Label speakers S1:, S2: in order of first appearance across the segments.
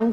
S1: I'm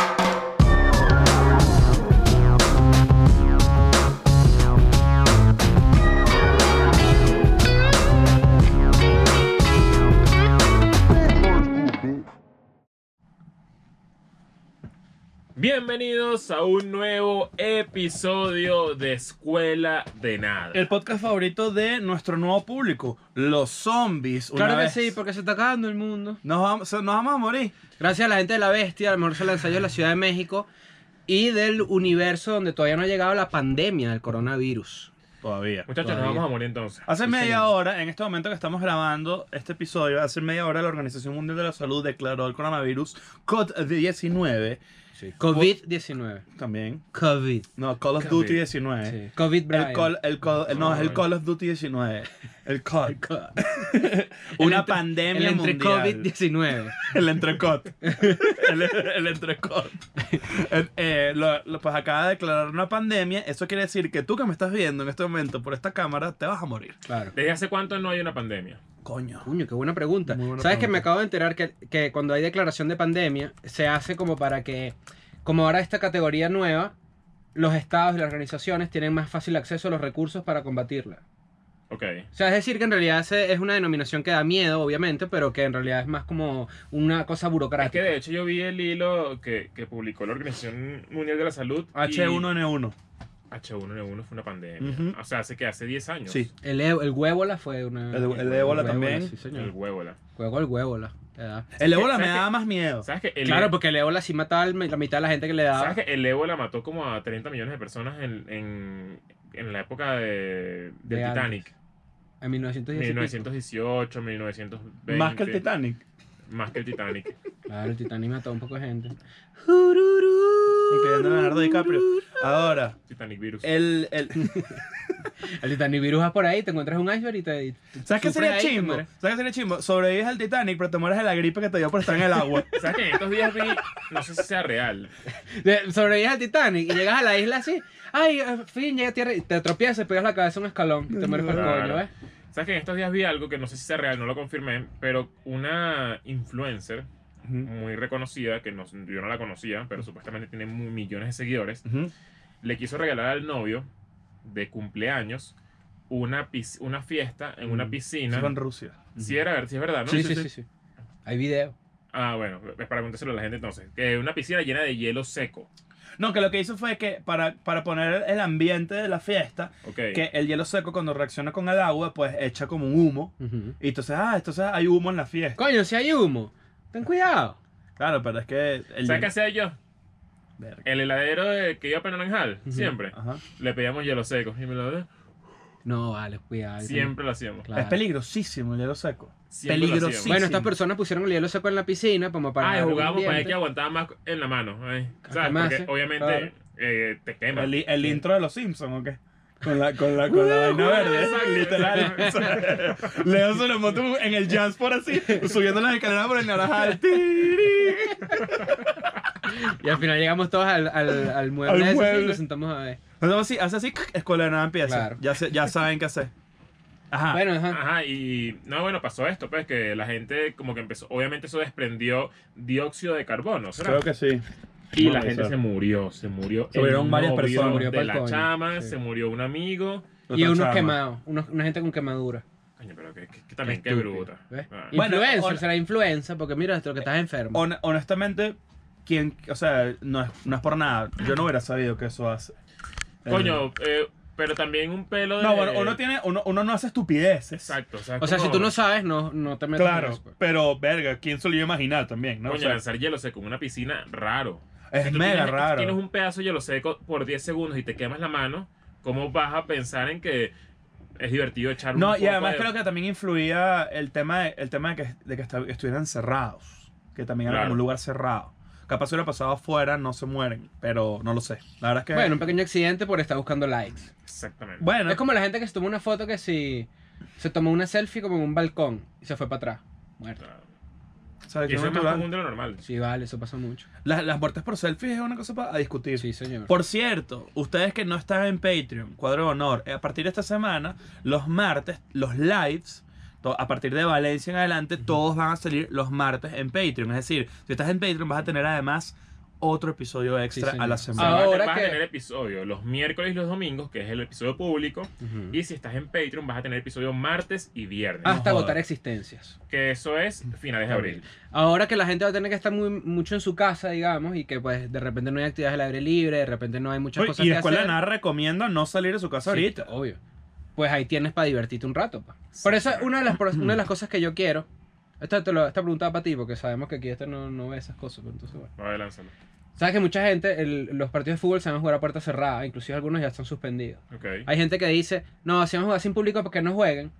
S2: Bienvenidos a un nuevo episodio de Escuela de Nada.
S3: El podcast favorito de nuestro nuevo público, los zombies. una
S4: Claro que
S3: vez.
S4: sí, porque se está acabando el mundo.
S3: Nos vamos, nos vamos a morir.
S4: Gracias a la gente de La Bestia, a lo mejor se la ensayó en la Ciudad de México y del universo donde todavía no ha llegado la pandemia del coronavirus.
S3: Todavía.
S2: Muchachos, nos
S4: Todavía.
S2: vamos a morir entonces.
S3: Hace
S4: Sí,
S3: media
S4: señor.
S3: hora, en este momento que estamos grabando este episodio, hace media hora la Organización Mundial de la Salud declaró el coronavirus COVID-19.
S4: COVID-19.
S3: También.
S4: COVID.
S3: No, Call of
S2: COVID.
S3: Duty 19.
S4: Sí. COVID
S3: Eh, El
S4: Brian.
S3: call, el call-
S2: Brian.
S3: no, es el Call of Duty 19. El call.
S4: El
S3: Una
S4: entre- el
S3: pandemia
S4: entre
S3: mundial.
S4: COVID-19.
S3: El entrecot. El, el entrecot. Eh, eh, lo- lo- pues acaba de declarar una pandemia. Eso quiere decir que tú que me estás viendo en este momento por esta cámara, te vas a morir.
S4: Claro.
S2: ¿Desde hace cuánto no hay una pandemia?
S3: Coño.
S4: Coño, qué buena pregunta.
S3: Muy buena
S4: ¿Sabes que
S3: pregunta.
S4: me acabo de enterar que, que cuando hay declaración de pandemia, se hace como para que, como ahora esta categoría nueva, los estados y las organizaciones tienen más fácil acceso a los recursos para combatirla.
S2: Ok.
S4: O sea, es decir, que en realidad se- es una denominación que da miedo, obviamente, pero que en realidad es más como una cosa
S2: Es que
S4: burocrática.
S2: de hecho yo vi el hilo que, que publicó la Organización Mundial de la Salud. y-
S3: H1N1.
S2: H1N1 fue una pandemia.
S3: Ujú.
S2: O sea, hace que hace 10 años.
S3: Sí.
S4: El, e- el huébola fue una...
S3: El- el ébola también.
S4: Sí,
S2: El
S4: señor.
S2: huébola.
S4: Juego el huébola. te da.
S3: El ébola me
S2: ¿Sabes
S3: da
S2: qué?
S3: más miedo.
S2: ¿Sabes que el, E-,
S4: Claro, porque el ébola sí mataba al- la mitad de la gente que le daba.
S2: ¿sabes que el ébola mató como a 30 millones de personas en, en, en la época de, del
S4: De
S2: Titanic?
S4: En 1910.
S2: 1918, 1920.
S3: Más que el Titanic.
S2: Más que el Titanic.
S4: Claro, el Titanic mató a un poco de gente.
S3: Incluyendo a Leonardo DiCaprio. Ahora,
S2: Titanic virus.
S3: el. el-
S4: El Titanic virus va por ahí, te encuentras un iceberg y te...
S3: ¿Sabes qué
S4: sufres
S3: sería
S4: ahí, te
S3: chimbo?
S4: mueres.
S3: ¿Sabes qué sería chimbo? Sobrevives al Titanic, pero te mueres de la gripe que te dio por estar en el agua.
S2: ¿Sabes que en estos días vi, no sé si sea real,
S4: De- Sobrevives al Titanic y llegas a la isla así. Ay, al fin, llega a tierra y te tropiezas y pegas la cabeza a un escalón y te mueres por el
S2: Claro.
S4: coño, ¿ves?
S2: ¿Sabes que en estos días vi algo que no sé si sea real, no lo confirmé, pero una influencer
S3: Ujú.
S2: muy reconocida, que no- yo no la conocía, pero supuestamente tiene mu- millones de seguidores,
S3: Ujú.
S2: le quiso regalar al novio de cumpleaños una, pis- una fiesta en una
S3: Mm.
S2: piscina.
S3: Eso fue en Rusia.
S2: Sí, era, sí es verdad, ¿no?
S4: Sí, sí, sí, sí. Hay video.
S2: Ah, bueno, es para contárselo a la gente entonces. Que una piscina llena de hielo seco.
S3: No, que lo que hizo fue que para, para poner el ambiente de la fiesta,
S2: Ok.
S3: que el hielo seco cuando reacciona con el agua, pues echa como un humo. Y entonces, ah, entonces hay humo en la fiesta.
S4: Coño, si hay humo, ten cuidado.
S3: Claro, pero es que... El
S2: ¿Sabes qué hacía yo?
S3: Verga.
S2: El heladero de- que iba para Naranjal,
S4: Ujú.
S2: siempre.
S3: Ajá.
S2: Le pedíamos hielo seco. Y me lo
S4: No, vale, cuidado.
S2: Siempre lo hacíamos.
S4: Claro.
S3: Es peligrosísimo el hielo seco.
S2: Siempre lo hacíamos.
S3: Peligrosísimo.
S4: Bueno, estas personas pusieron el hielo seco en la piscina como para...
S2: Ah,
S4: dar un
S2: jugábamos para
S4: ambiente.
S2: que aguantaba más en la mano. ay, ¿Sabes?
S4: más,
S2: Porque
S4: sí,
S2: obviamente
S4: claro.
S2: eh, te quema.
S3: El, el intro de los Simpsons, ¿o qué? Con la, con la, con la
S4: Uh,
S3: vaina verde,
S2: Ah,
S3: ¿eh?
S2: exacto,
S3: literal. Leo se lo montó en el jazz por así, subiendo las escaleras por el naranjal. Tiri.
S4: Y al final llegamos todos al, al, al mueble
S3: Al
S4: ese, sí,
S3: mueble.
S4: y nos sentamos a ver.
S3: Entonces, así, hace así, escuela de nada empieza.
S4: Claro.
S3: Ya, se- ya saben qué hacer.
S2: Ah.
S3: Ajá.
S4: Bueno, ajá.
S2: Ajá, y no, bueno, pasó esto, pues que la gente como que empezó, obviamente eso desprendió dióxido de carbono, ¿será?
S3: que sí.
S2: y la
S3: no,
S2: gente
S3: eso.
S2: se murió, se murió.
S3: Se murieron
S2: el
S3: varias
S2: novio
S3: personas. Se
S4: murió
S2: de
S4: pa'l
S2: la
S4: coño,
S2: chama,
S4: sí.
S2: se murió un amigo.
S4: Y
S3: Otra
S4: unos
S3: chama.
S4: quemados, unos- una gente con quemaduras.
S2: Coño, pero que, que- que también qué
S4: Estúpido,
S2: bruta.
S4: ¿ves?
S2: Ah.
S3: Bueno,
S4: Influencer,
S3: ahora-
S4: será influenza, porque mira esto, que estás enfermo.
S3: Hon- honestamente, quien, o sea, no es, no es por nada. Yo no hubiera sabido que eso hace.
S2: Coño, eh, pero también un pelo de...
S3: No, bueno, uno tiene, uno, uno no hace estupideces.
S2: Exacto, o sea,
S4: O sea,
S2: como-
S4: si tú no sabes, no, no te metas en
S3: Claro,
S4: eso, pues.
S3: pero verga, ¿quién se lo iba a imaginar también? ¿no?
S2: Coño,
S3: O sea,
S2: lanzar hielo seco en una piscina, raro.
S3: es
S2: Si tú
S3: mega
S2: tienes, si
S3: raro.
S2: tienes un pedazo de hielo seco por 10 segundos y te quemas la mano, ¿cómo vas a pensar en que es divertido echar un
S3: No, y
S2: poco
S3: además
S2: de-
S3: creo que también influía el tema de, el tema de que, de que esta- estuvieran cerrados. Que también era
S2: Claro.
S3: como un lugar cerrado. Capaz si hubiera pasado afuera, no se mueren, pero no lo sé. La verdad es que.
S4: Bueno, un pequeño accidente por estar buscando likes.
S2: Exactamente.
S3: bueno
S4: Es como la gente que se tomó una foto que si se tomó una selfie como en un balcón y se fue para atrás. Muerto.
S2: Claro. Y
S3: ¿sabes qué
S2: eso es más
S3: natural?
S2: común de lo normal.
S4: Sí, vale, eso pasa mucho.
S3: las, las muertes por selfies es una cosa para a discutir.
S4: Sí, señor.
S3: Por cierto, ustedes que no eh, están en Patreon, Cuadro de Honor, a partir de esta semana, los martes, los lives to- a partir de Valencia en adelante, todos van a salir los martes en Patreon. Es decir, si estás en Patreon vas a tener además otro episodio extra a
S4: señor.
S3: la
S2: O sea,
S3: semana.
S2: vas a-
S4: Ahora
S2: vas
S4: que-
S2: a tener episodio los miércoles y los domingos, que es el episodio público.
S4: Ujú.
S2: Y si estás en Patreon, vas a tener episodio martes y viernes.
S4: Hasta
S3: jodas.
S4: agotar existencias.
S2: Que eso es finales de abril.
S4: Ahora que la gente va a tener que estar muy, mucho en su casa, digamos, y que pues de repente no hay actividades al aire libre, de repente no hay muchas
S3: Oye,
S4: cosas
S3: y
S4: que
S3: Escuela de
S4: hacer.
S3: Nada recomienda no salir de su casa
S4: Sí,
S3: ahorita.
S4: Obvio. Pues ahí tienes para divertirte un rato. pa.
S2: Sí,
S4: Por eso,
S2: claro.
S4: una de las, pro- una de las cosas que yo quiero. Esta, te lo, esta pregunta para ti, porque sabemos que aquí este no, no ve esas cosas. Pero entonces, bueno.
S2: Va a lánzalo.
S4: Sabes que mucha gente, el- los partidos de fútbol se van a jugar a puerta cerrada, inclusive algunos ya están suspendidos.
S2: Ok.
S4: Hay gente que dice, no, si vamos a jugar sin público, porque no jueguen?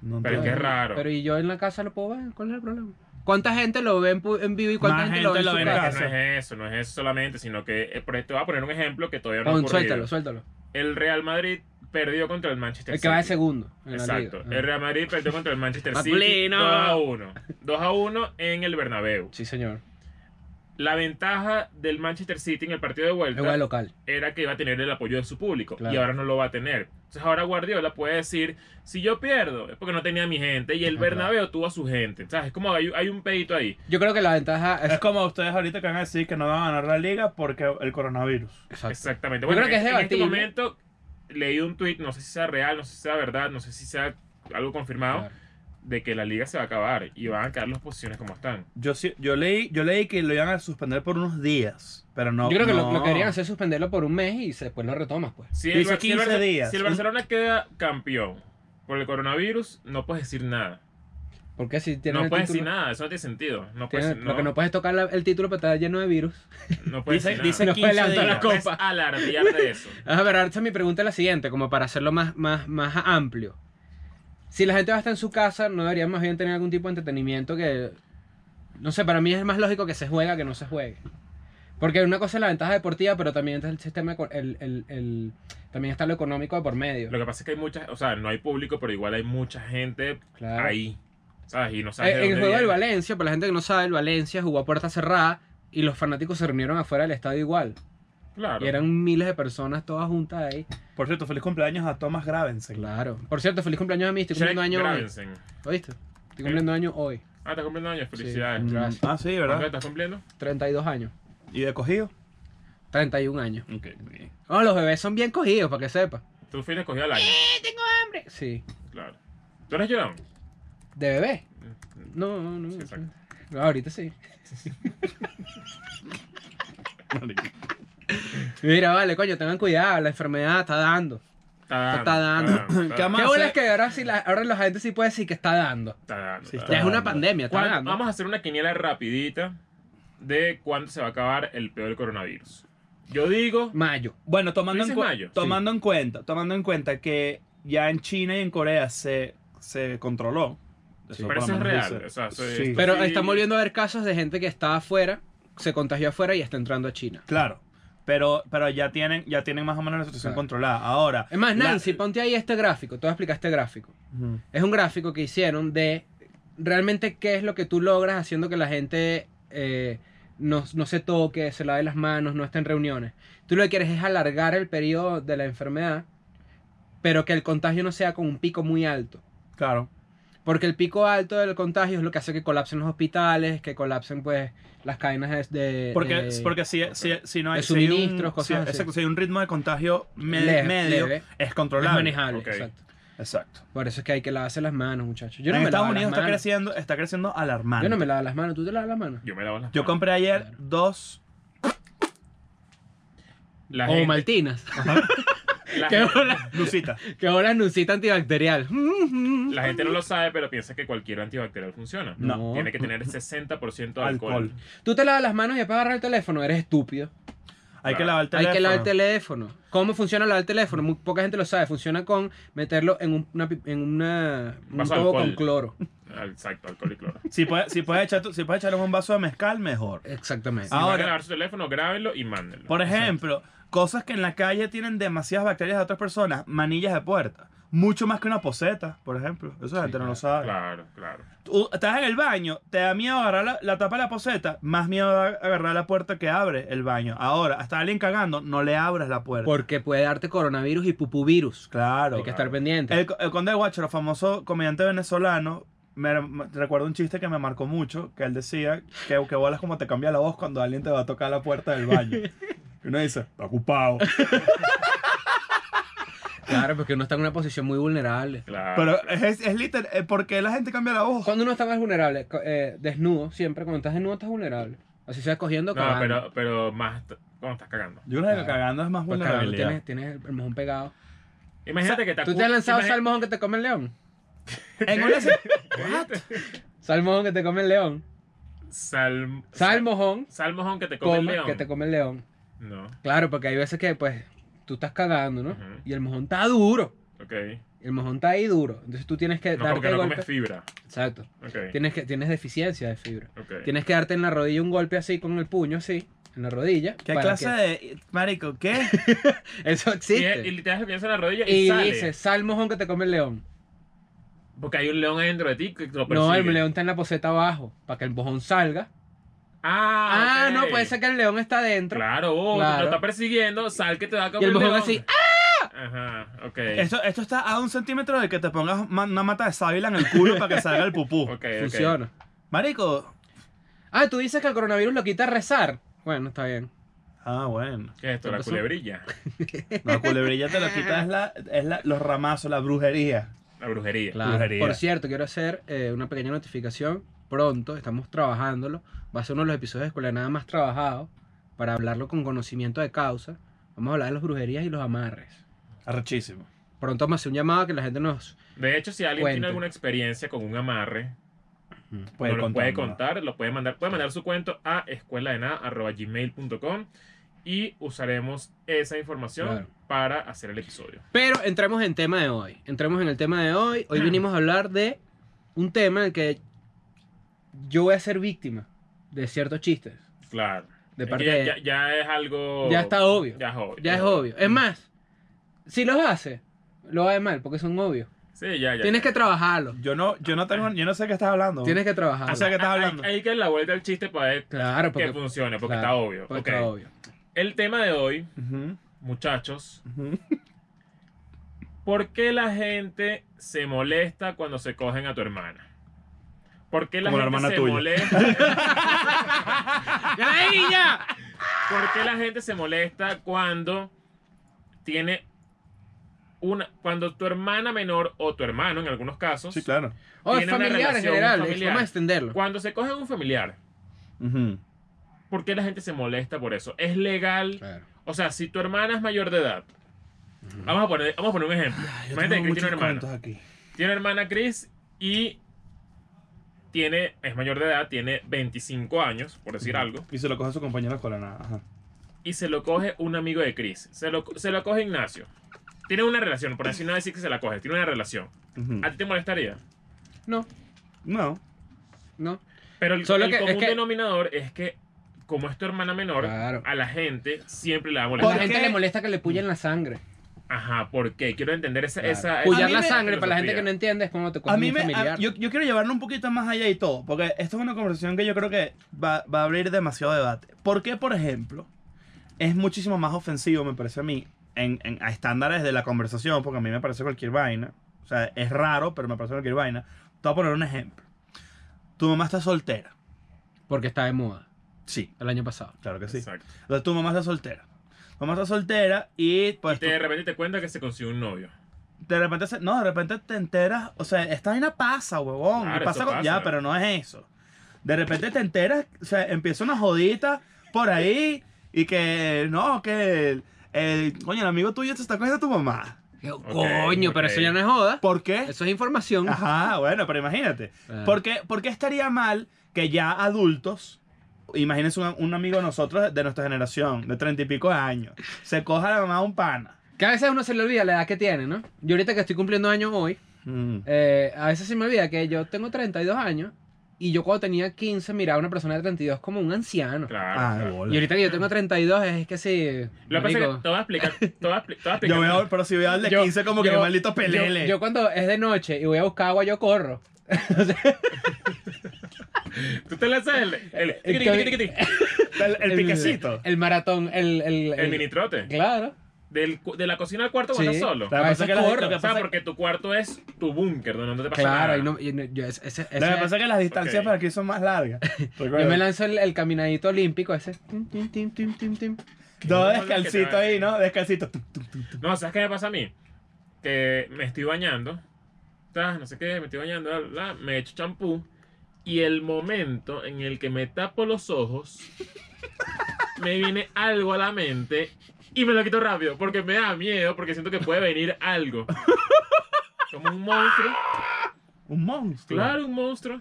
S3: No
S2: Pero es que
S3: entiendo.
S2: es raro.
S4: Pero y yo en la casa lo puedo ver, ¿cuál es el problema? ¿Cuánta gente lo ve en, pu- en vivo y cuánta
S3: Más
S4: gente,
S3: gente
S4: lo
S3: lo
S4: ve en
S3: ve
S4: su
S3: en
S4: casa?
S2: no es eso, no es eso solamente, sino que eh, por- te voy a poner un ejemplo que todavía no ha
S4: Pon,
S2: ocurrido.
S4: suéltalo, suéltalo.
S2: El Real Madrid perdió contra el Manchester
S4: El
S2: City.
S4: que va de segundo. en la liga.
S2: Exacto.
S4: Ah.
S2: El Real Madrid perdió contra el Manchester City 2
S4: Masculino.
S2: a 1. 2 a 1 en el Bernabéu.
S4: Sí, señor.
S2: La ventaja del Manchester City en el partido de
S4: El
S2: vuelta
S4: juego local.
S2: era que iba a tener el apoyo de su público
S4: Claro.
S2: y ahora no lo va a tener. Entonces ahora Guardiola puede decir, si yo pierdo es porque no tenía mi gente y el
S4: Ajá.
S2: Bernabéu tuvo a su gente. ¿Sabes? Es como hay, hay un pedito ahí.
S4: Yo creo que la ventaja es.
S3: Es como ustedes ahorita que van a decir que no van a ganar la liga porque el coronavirus.
S4: Exacto.
S2: Exactamente.
S4: Yo
S2: Bueno,
S4: creo que es
S2: en, en este
S4: debatible.
S2: momento leí un tuit, no sé si sea real, no sé si sea verdad, no sé si sea algo confirmado,
S4: Claro.
S2: de que la liga se va a acabar y van a quedar las posiciones como están.
S3: Yo sí- yo leí, yo leí que lo iban a suspender por unos días, pero no.
S4: Yo creo que lo,
S3: no.
S4: lo que deberían hacer es suspenderlo por un mes y se- después lo retomas, pues.
S2: Si
S3: Dice
S2: Bar- si
S3: 15
S2: Barce-
S3: días.
S2: si el Barcelona queda campeón por el coronavirus, no puedes decir nada.
S4: Porque si tienes
S2: No
S4: el
S2: puedes
S4: título-
S2: decir nada, eso no tiene sentido. No puedes,
S4: tienes-
S2: no,
S4: Lo que no puedes es tocar la- el título, pero está lleno de virus.
S2: no puedes
S3: Dice-
S2: decir
S3: dice
S2: nada.
S4: Pues, No
S3: 15
S4: adelanta
S3: días.
S4: la
S2: No puedes
S4: copa.
S2: alardear de eso.
S4: A ver, ahora mi pregunta es la siguiente, como para hacerlo más, más, más amplio. Si la gente va a estar en su casa, ¿no deberían más bien tener algún tipo de entretenimiento que... No sé, para mí es más lógico que se juega que no se juegue. Porque una cosa es la ventaja deportiva, pero también está el sistema, eco- el, el- el- también está lo económico de por medio.
S2: Lo que pasa es que hay muchas, o sea, no hay público, pero igual hay mucha gente
S4: Claro.
S2: ahí. ¿Sabes? Y no sabes
S4: Eh,
S2: de
S4: En el
S2: dónde
S4: juego del
S2: viene.
S4: Valencia, para la gente que no sabe, el Valencia jugó a puerta cerrada y los fanáticos se reunieron afuera del estadio igual.
S2: Claro.
S4: Y eran miles de personas todas juntas ahí.
S3: Por cierto, feliz cumpleaños a Thomas Gravensen.
S4: Claro. Por cierto, feliz cumpleaños a mí, estoy
S2: Shrek
S4: cumpliendo año hoy.
S2: Gravensen.
S4: ¿Oíste? Estoy cumpliendo año hoy.
S2: Ah, estás cumpliendo años, felicidades.
S4: Sí. Mm.
S2: ¿Cuánto
S4: Gracias.
S3: Ah, sí, ¿verdad?
S2: estás cumpliendo?
S4: 32 años.
S3: ¿Y de cogido?
S4: 31 años.
S3: Ok,
S4: No, los bebés son bien cogidos, para que sepa.
S2: Tú fuiste cogido al año.
S4: Sí.
S2: Claro. ¿Tú eres llorón?
S4: ¿De bebé? No, no, no.
S2: Sí, exacto.
S4: No, ahorita sí. Mira, vale, coño, tengan cuidado, la enfermedad está dando.
S2: Está
S4: Está dando.
S2: está
S3: ¿Qué más?
S4: Qué
S3: Ah,
S4: bueno
S3: sí.
S4: es que ahora sí, la, ahora la gente sí puede decir que está dando.
S2: Está dando,
S3: Sí,
S2: está
S3: está
S4: Ya es
S2: dando.
S4: una
S3: dando.
S4: pandemia, está
S2: ¿Cuándo-
S4: dando.
S2: Vamos a hacer una quiniela rapidita de cuándo se va a acabar el peor coronavirus. Yo digo,
S4: Mayo.
S3: Bueno, tomando,
S2: ¿Tú
S3: en,
S2: dices
S3: cu-
S2: mayo?
S3: tomando en cuenta, tomando en cuenta que ya en China y en Corea se, se controló.
S4: Sí.
S3: por
S2: Pero eso
S3: lo
S2: es
S3: menos
S2: real,
S3: dice.
S2: o sea, eso es-
S3: Sí.
S4: Pero
S2: Sí.
S4: estamos volviendo a ver casos de gente que está afuera, se contagió afuera y está entrando a China.
S3: Claro. Pero, pero ya tienen, ya tienen más o menos la situación
S4: Claro.
S3: controlada. Ahora.
S4: Es más,
S3: la-
S4: Nancy, ponte ahí este gráfico. Te voy a explicar este gráfico.
S3: Ujú.
S4: Es un gráfico que hicieron de realmente qué es lo que tú logras haciendo que la gente eh, no, no se toque, se lave las manos, no esté en reuniones. Tú lo que quieres es alargar el periodo de la enfermedad, pero que el contagio no sea con un pico muy alto.
S3: Claro.
S4: Porque el pico alto del contagio es lo que hace que colapsen los hospitales, que colapsen pues las cadenas de... de-
S3: Porque,
S4: de-
S3: porque si, si, si no hay,
S4: Eh, de
S3: si hay un-
S4: suministros, cosas
S3: si-
S4: así.
S3: exacto, si hay un ritmo de contagio me-
S4: Leve,
S3: medio,
S4: leve.
S3: es
S4: es
S3: controlable.
S4: manejable,
S2: Ok.
S4: exacto.
S3: Exacto.
S4: Por eso es que hay que lavarse las manos, muchachos. Yo no
S3: en
S4: me
S3: Estados
S4: lavo las
S3: Unidos está
S4: manos.
S3: creciendo, está creciendo alarmante.
S4: Yo no me lavo las manos, ¿tú te lavas las manos?
S2: Yo me lavo las
S3: Yo
S2: manos.
S3: compré ayer
S4: Claro.
S3: dos.
S2: La
S4: o
S2: gente-
S4: maltinas.
S2: la
S4: Qué
S2: gente-
S4: bola,
S3: Lucita.
S4: qué bola nucita antibacterial. Mm.
S2: la gente no lo sabe, pero piensa que cualquier antibacterial funciona.
S4: No.
S2: Tiene que tener 60% de alcohol.
S3: Alcohol.
S4: Tú te lavas las manos y después agarras el teléfono, eres estúpido.
S3: Hay que
S2: Claro.
S3: lavar el teléfono.
S4: Hay que lavar el teléfono. ¿Cómo funciona lavar el teléfono? Muy poca gente lo sabe. Funciona con meterlo en, un- una, pi- en una, un
S2: Vaso de
S4: tubo
S2: alcohol.
S4: con cloro.
S2: Ah, Exacto, alcohol y cloro.
S3: Si puedes, si puedes echar, tu- si puedes echarle un vaso de mezcal, mejor.
S4: Exactamente.
S2: Si van a
S3: Ahora-
S2: grabar su teléfono, grábenlo y mándenlo.
S3: Por ejemplo, cosas que en la calle tienen demasiadas bacterias de otras personas, manillas de puerta. mucho más que una poseta, por ejemplo. Eso la gente no lo sabe.
S2: Claro, claro.
S3: Tú estás en el baño, te da miedo agarrar la, la tapa de la poseta, más miedo da agarrar la puerta que abre el baño. Ahora, hasta alguien cagando, no le abras la puerta.
S4: Porque puede darte coronavirus y pupuvirus.
S3: Claro.
S4: Hay que estar pendiente.
S3: El, el Conde de Guacharo, famoso comediante venezolano, me, me- recuerdo un chiste que me marcó mucho, que él decía que, que bolas como te cambia la voz cuando alguien te va a tocar la puerta del baño. Y uno dice, está ocupado.
S4: Claro, porque uno está en una posición muy vulnerable.
S2: claro.
S3: Pero es, es literal, eh, ¿por qué la gente cambia la voz?
S4: Cuando uno está más vulnerable, co- eh, desnudo, siempre cuando estás desnudo estás vulnerable. Así sea cogiendo o
S2: no,
S4: cagando.
S2: pero, pero más t- cuando estás cagando.
S3: Yo creo que
S4: Claro.
S3: cagando es más
S4: Pues cagando
S3: vulnerabilidad.
S4: tienes, tienes el mojón pegado.
S2: Imagínate que te
S4: ¿Tú
S2: acu-
S4: te has lanzado
S2: imagi-
S4: salmón que te come el león?
S3: En una se-
S4: Salmón que te come el león.
S2: Sal...
S4: Salmojón
S2: Salmojón que te come el
S4: coma
S2: león.
S4: que te come el león.
S2: No,
S4: Claro, porque hay veces que pues tú estás cagando, ¿no?
S2: Ujú.
S4: Y el mojón está duro.
S2: ok.
S4: El mojón está ahí duro. Entonces tú tienes que
S2: No,
S4: darte
S2: porque no
S4: golpe.
S2: comes fibra.
S4: Exacto.
S2: Ok,
S4: Tienes, que, tienes deficiencia de fibra.
S2: ok.
S4: Tienes que darte en la rodilla un golpe así con el puño, así, en la rodilla.
S3: ¿Qué
S4: para
S3: clase
S4: que-
S3: de... Marico, ¿qué?
S4: Eso
S2: Y, y
S4: existe.
S2: le te das el pienso en la rodilla y,
S4: Y,
S2: sale.
S4: dice, sal mojón que te come el león.
S2: Porque hay un león adentro de ti que te lo persigue.
S4: No, el león está en la poseta abajo, para que el mojón salga.
S2: Ah,
S4: Ah,
S2: ok.
S4: no, puede ser que el león está adentro.
S2: Claro, vos
S4: Claro.
S2: lo está persiguiendo, sal que te va a
S4: Y
S2: comer
S4: el mojón
S2: león. Ah,
S4: así, ah,
S2: Ajá, ok.
S3: Esto, esto está a un centímetro de que te pongas ma- una mata de sábila en el culo para que salga el pupú.
S2: Ok, ok.
S4: funciona.
S3: Marico.
S4: Ah, tú dices que el coronavirus lo quita rezar. Bueno, está bien.
S3: Ah, bueno.
S2: ¿Qué es esto? La
S4: Empezó.
S2: culebrilla.
S3: La culebrilla te lo quita, es, la, es la- los ramazos, la brujería.
S2: La brujería.
S4: Claro.
S3: Brujería.
S4: Por cierto, quiero hacer eh, una pequeña notificación. Pronto, estamos trabajándolo. Va a ser uno de los episodios de Escuela de Nada más trabajado para hablarlo con conocimiento de causa. Vamos a hablar de las brujerías y los amarres.
S3: Arrechísimo.
S4: Pronto vamos a hacer un llamado a que la gente nos...
S2: De hecho, si alguien
S4: Cuente.
S2: tiene alguna experiencia con un amarre,
S3: Puede
S2: nos lo puede
S3: contármelo.
S2: contar, lo puede mandar, puede mandar su cuento a escueladenada.gmail.com y usaremos esa información
S4: Claro.
S2: para hacer el episodio.
S4: Pero entremos en tema de hoy. Entremos en el tema de hoy.
S2: Ah.
S4: Hoy vinimos a hablar de un tema en el que yo voy a ser víctima de ciertos chistes.
S2: Claro.
S4: De
S2: Es que
S4: parte
S2: ya,
S4: de-
S2: ya- ya es algo...
S4: Ya está obvio.
S2: Ya es obvio.
S4: Ya es obvio. Es más, si los hace, lo va a ver mal porque son obvios.
S2: Sí, ya, ya.
S4: Tienes que trabajarlo.
S3: Yo no, yo no tengo, yo no sé qué estás hablando.
S4: Tienes que trabajarlo.
S3: O sea, ¿qué estás
S2: Ah, Hay-
S3: hablando?
S2: Hay, que la vuelta al chiste para ver
S4: claro, porque,
S2: que funcione, porque
S4: claro,
S2: está obvio.
S4: porque
S2: Ok.
S4: está obvio.
S2: El tema de hoy,
S3: Ujú,
S2: muchachos,
S3: ujú.
S2: ¿por qué la gente se molesta cuando se cogen a tu hermana? ¿Por qué la
S3: Como la
S2: gente
S3: hermana
S2: se
S3: tuya.
S2: molesta?
S4: ¡Ahí ya!
S2: ¿Por qué la gente se molesta cuando tiene una cuando tu hermana menor o tu hermano en algunos casos
S3: Sí, claro.
S4: O es
S2: Tiene una
S4: oh, familiar en
S2: relación
S4: general,
S2: familiar.
S4: vamos a extenderlo.
S2: cuando se cogen a un familiar,
S3: Ujú.
S2: ¿por qué la gente se molesta por eso? ¿Es legal?
S4: Claro.
S2: O sea, si tu hermana es mayor de edad, vamos a poner, vamos a poner un ejemplo.
S3: Ay, yo
S2: Imagínate que Chris
S3: tengo
S2: tiene
S3: muchos
S2: una hermana.
S3: cuentos aquí.
S2: Tiene una hermana Chris y tiene, es mayor de edad, tiene 25 años, por decir algo,
S3: Y se lo coge a su compañero escolar. nada, Ajá.
S2: y se lo coge un amigo de Chris. Se lo, se lo coge Ignacio. Tiene una relación, por así no decir que se la coge, tiene una relación.
S3: Ujú.
S2: ¿A ti te molestaría?
S4: No,
S3: No.
S4: no.
S2: Pero el,
S4: Solo
S2: el
S4: que- es
S2: común
S4: que-
S2: denominador es que, como es tu hermana menor,
S4: Claro.
S2: a la gente siempre le va a
S4: A la
S3: ¿Por
S2: molestar.
S3: qué?
S4: gente le molesta que le puyen la sangre.
S2: Ajá, ¿por qué? Quiero entender esa... esa
S3: A
S4: Puyar
S3: mí
S4: la
S3: me-
S4: sangre, para la gente que no
S2: filosofía.
S4: entiende, es cuando te
S3: A
S4: cogen
S3: mí
S4: un
S3: me,
S4: familiar.
S3: a- yo, yo quiero llevarlo un poquito más allá y todo, porque esto es una conversación que yo creo que va, va a abrir demasiado debate. ¿Por qué, por ejemplo, es muchísimo más ofensivo, me parece a mí, en, en- a estándares de la conversación, porque a mí me parece cualquier vaina. O sea, es raro, pero me parece cualquier vaina. Te voy a poner un ejemplo. Tu mamá está soltera.
S4: Porque está de moda,
S3: Sí,
S4: el año pasado.
S3: claro que sí.
S2: Exacto.
S3: Entonces tu mamá está soltera. Tu mamá está soltera y pues...
S2: Y te-
S3: tú-
S2: de repente te cuenta que se consiguió un novio.
S3: De repente, se- no, de repente te enteras, o sea, esta vaina pasa, huevón.
S2: Claro,
S3: y pasa
S2: eso
S3: con- ya,
S2: pasa.
S3: pero no es eso. De repente te enteras, o sea, empieza una jodita por ahí y que, no, que el, el- coño, el amigo tuyo te está cogiendo a tu mamá.
S4: Coño, pero
S2: ok.
S4: eso ya no es joda.
S3: ¿Por qué?
S4: Eso es información.
S3: Ajá, bueno, pero imagínate.
S4: Ah.
S3: ¿Por qué, por qué estaría mal que ya adultos, imagínense un, un amigo de nosotros, de nuestra generación, de treinta y pico de años, se coja la mamá de un pana?
S4: Que a veces a uno se le olvida la edad que tiene, ¿no? Yo ahorita que estoy cumpliendo años hoy,
S3: Mm.
S4: eh, a veces se me olvida que yo tengo 32 años Y yo cuando tenía 15 miraba a una persona de 32 como un anciano.
S2: Claro.
S3: Ah,
S2: claro.
S3: bola.
S4: Y ahorita que yo tengo 32 es que sí...
S2: Lo que pasa es
S4: marico.
S2: que te voy a explicar. Te voy a expli- te voy a explicar.
S3: Yo veo, pero si veo al de
S4: Yo-
S3: 15 como que
S4: yo-
S3: maldito pelele.
S4: Yo, yo cuando es de noche y voy a buscar agua, yo corro.
S2: Tú te lanzas el, el,
S4: El
S2: tiqui, tiqui, tiqui, tiqui.
S3: el, el piquecito.
S2: Ah,
S4: El maratón, el... El,
S2: el mini trote.
S4: Claro.
S2: Del cu- de la cocina al cuarto
S4: Sí.
S2: cuando estás solo.
S3: Lo que pasa
S4: ese
S3: es que la-
S4: corro.
S3: lo que
S2: O sea,
S3: pasa-
S2: porque tu cuarto es tu búnker donde no te pasa nada.
S4: Claro, y no, y no- yo, ese- ese-
S3: Lo que
S4: ese-
S3: pasa es que las distancias
S2: Ok.
S3: para aquí son más largas.
S4: yo me lanzo el, el caminadito olímpico ese. Tim, tim, tim, tim, tim, tim.
S3: Todo
S2: Qué
S3: descalcito
S2: bueno que te
S3: ahí, ¿no? Descalcito. Tum, tum, tum, tum.
S2: No, ¿sabes qué me pasa a mí? Que me estoy bañando, tas, no sé qué, me estoy bañando, bla, bla, bla, me echo champú y el momento en el que me tapo los ojos, me viene algo a la mente y me lo quito rápido porque me da miedo, porque siento que puede venir algo. Como un monstruo,
S3: Un monstruo.
S2: claro, un monstruo.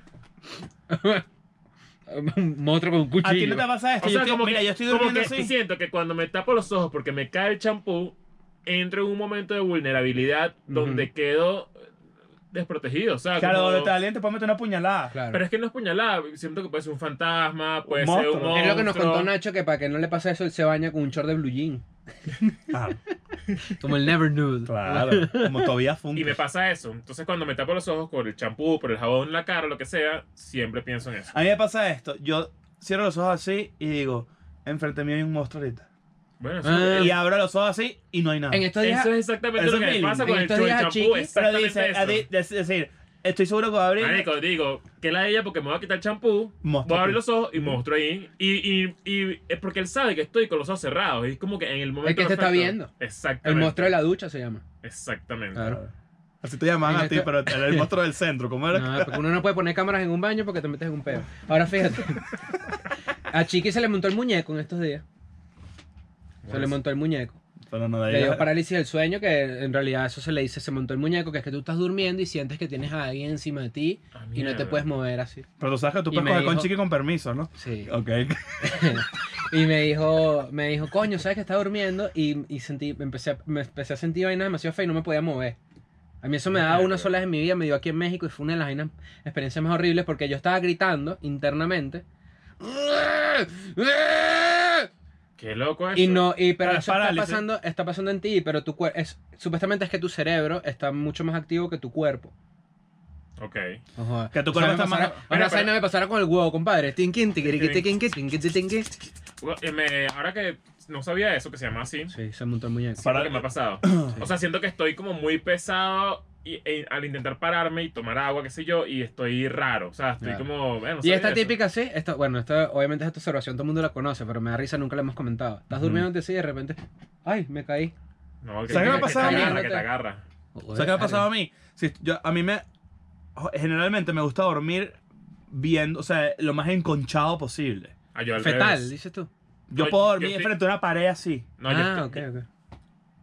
S4: Un monstruo con un
S3: ¿A ti
S4: cuchillo.
S3: no te pasa esto?
S2: O
S3: Yo
S2: sea,
S3: estoy-
S2: como
S3: mira,
S2: que,
S3: yo estoy
S2: como
S3: durmiendo
S2: que
S3: así.
S2: siento que cuando me tapo los ojos porque me cae el champú, entro en un momento de vulnerabilidad donde
S4: Ujú.
S2: quedo desprotegido. O sea,
S3: Claro,
S2: como-
S3: donde te aliento, puedes meter una puñalada.
S4: Claro.
S2: Pero es que no es puñalada, siento que puede ser un fantasma, puede
S3: Un
S2: ser un
S3: monstruo.
S2: monstruo.
S4: es lo que nos contó Nacho que para que no le pase eso, él se baña con un short de blue jean.
S3: Claro,
S4: Como el Never Nude.
S3: Ah, claro. Como todavía
S2: Y me
S3: funge.
S2: pasa eso. Entonces cuando me tapo los ojos por el champú, por el jabón en la cara, lo que sea, siempre pienso en eso.
S3: A mí me pasa esto. Yo cierro los ojos así y digo, enfrente mío hay un monstruo ahorita.
S2: Bueno, eso,
S4: Ah.
S3: Y abro los ojos así y no hay nada.
S4: En estos días.
S2: eso es exactamente
S3: Eso
S2: lo que me
S3: feeling.
S2: pasa
S4: En
S2: con el
S4: estos
S2: cho-
S4: días a
S2: champú.
S4: Chiqui-
S3: Pero
S2: Exactamente
S3: dice, a
S2: eso.
S3: di- de- es decir, estoy seguro que voy a abrir.
S2: Marico, digo, que la de ella porque me voy a quitar el champú,
S3: Monstruo.
S2: voy a abrir los ojos y monstruo ahí. Y, y, y es porque él sabe que estoy con los ojos cerrados. Y es como que en el momento.
S4: que te está viendo. El
S2: Exactamente.
S4: monstruo de la Ah, ducha se llama.
S2: Exactamente.
S4: Claro.
S3: Así te llamaban
S4: En
S3: a ti,
S4: esto-
S3: pero era el monstruo del centro. ¿Cómo era?
S4: No, porque uno no puede poner cámaras en un baño porque te metes en un pedo. Ahora fíjate. A Chiqui se le montó el muñeco en estos días. Se
S2: Bueno,
S4: le montó el muñeco.
S3: Pero no, de ahí
S4: Le dio
S3: era-
S4: parálisis del sueño, que en realidad eso se le dice, se montó el muñeco, que es que tú estás durmiendo y sientes que tienes a alguien encima de ti
S2: Ah,
S4: y no te
S2: mierda.
S4: puedes mover así.
S3: Pero tú sabes que tú
S4: Y
S3: puedes
S4: me
S3: coger con
S4: dijo-
S3: chiqui con permiso, ¿no?
S4: Sí.
S3: Ok.
S4: y me dijo, me dijo, coño, sabes que está durmiendo y, y sentí, me empecé, a- me empecé a sentir vainas demasiado feas y no me podía mover. A mí eso me daba una sola vez en mi vida, me dio aquí en México y fue una de las vainas- experiencias más horribles porque yo estaba gritando internamente.
S2: Qué loco eso.
S4: Y no, y pero
S3: Pero es
S4: eso
S3: parálisis.
S4: está pasando, está pasando en ti, pero tu cuerpo es supuestamente es que tu cerebro está mucho más activo que tu cuerpo.
S2: Ok.
S4: Ajá.
S3: Que tu cuerpo está más-
S2: Mira,
S4: Ahora esa
S2: pero-
S4: vaina me pasara con el huevo, compadre. Tinkin, tiquiriqui, tiquinqui, tinqui, tiquinqui.
S2: Bueno, eh, me- ahora que no sabía eso, que se llama así,
S4: Sí, se montó el muñeco.
S2: siento que me ha pasado. O sea, siento que estoy como muy pesado y, e- al intentar pararme y tomar agua, qué sé yo, y estoy raro. O sea, estoy
S4: Claro.
S2: como. eh, no
S4: Y
S2: sabía
S4: esta
S2: eso.
S4: típica, sí, esto, bueno, esto, obviamente esta observación todo el mundo la conoce, pero me da risa, nunca la hemos comentado. Estás
S3: Ujú.
S4: durmiendo antes y de repente, ay, me caí.
S2: No, que,
S3: ¿Sabes qué me ha
S2: que te
S3: pasado a mí?
S2: agarra, que te agarra.
S3: ¿Sabes qué me ha pasado a mí? Si yo- a mí me. jo- Generalmente me gusta dormir viendo, o sea, lo más enconchado posible.
S2: Ah, yo al
S4: Fetal,
S2: revés.
S4: dices tú.
S3: Yo
S2: No,
S3: puedo
S2: yo
S3: dormir
S2: estoy-
S3: frente a una pared así.
S2: No, yo
S4: ah, ok,
S2: estoy-
S4: ok.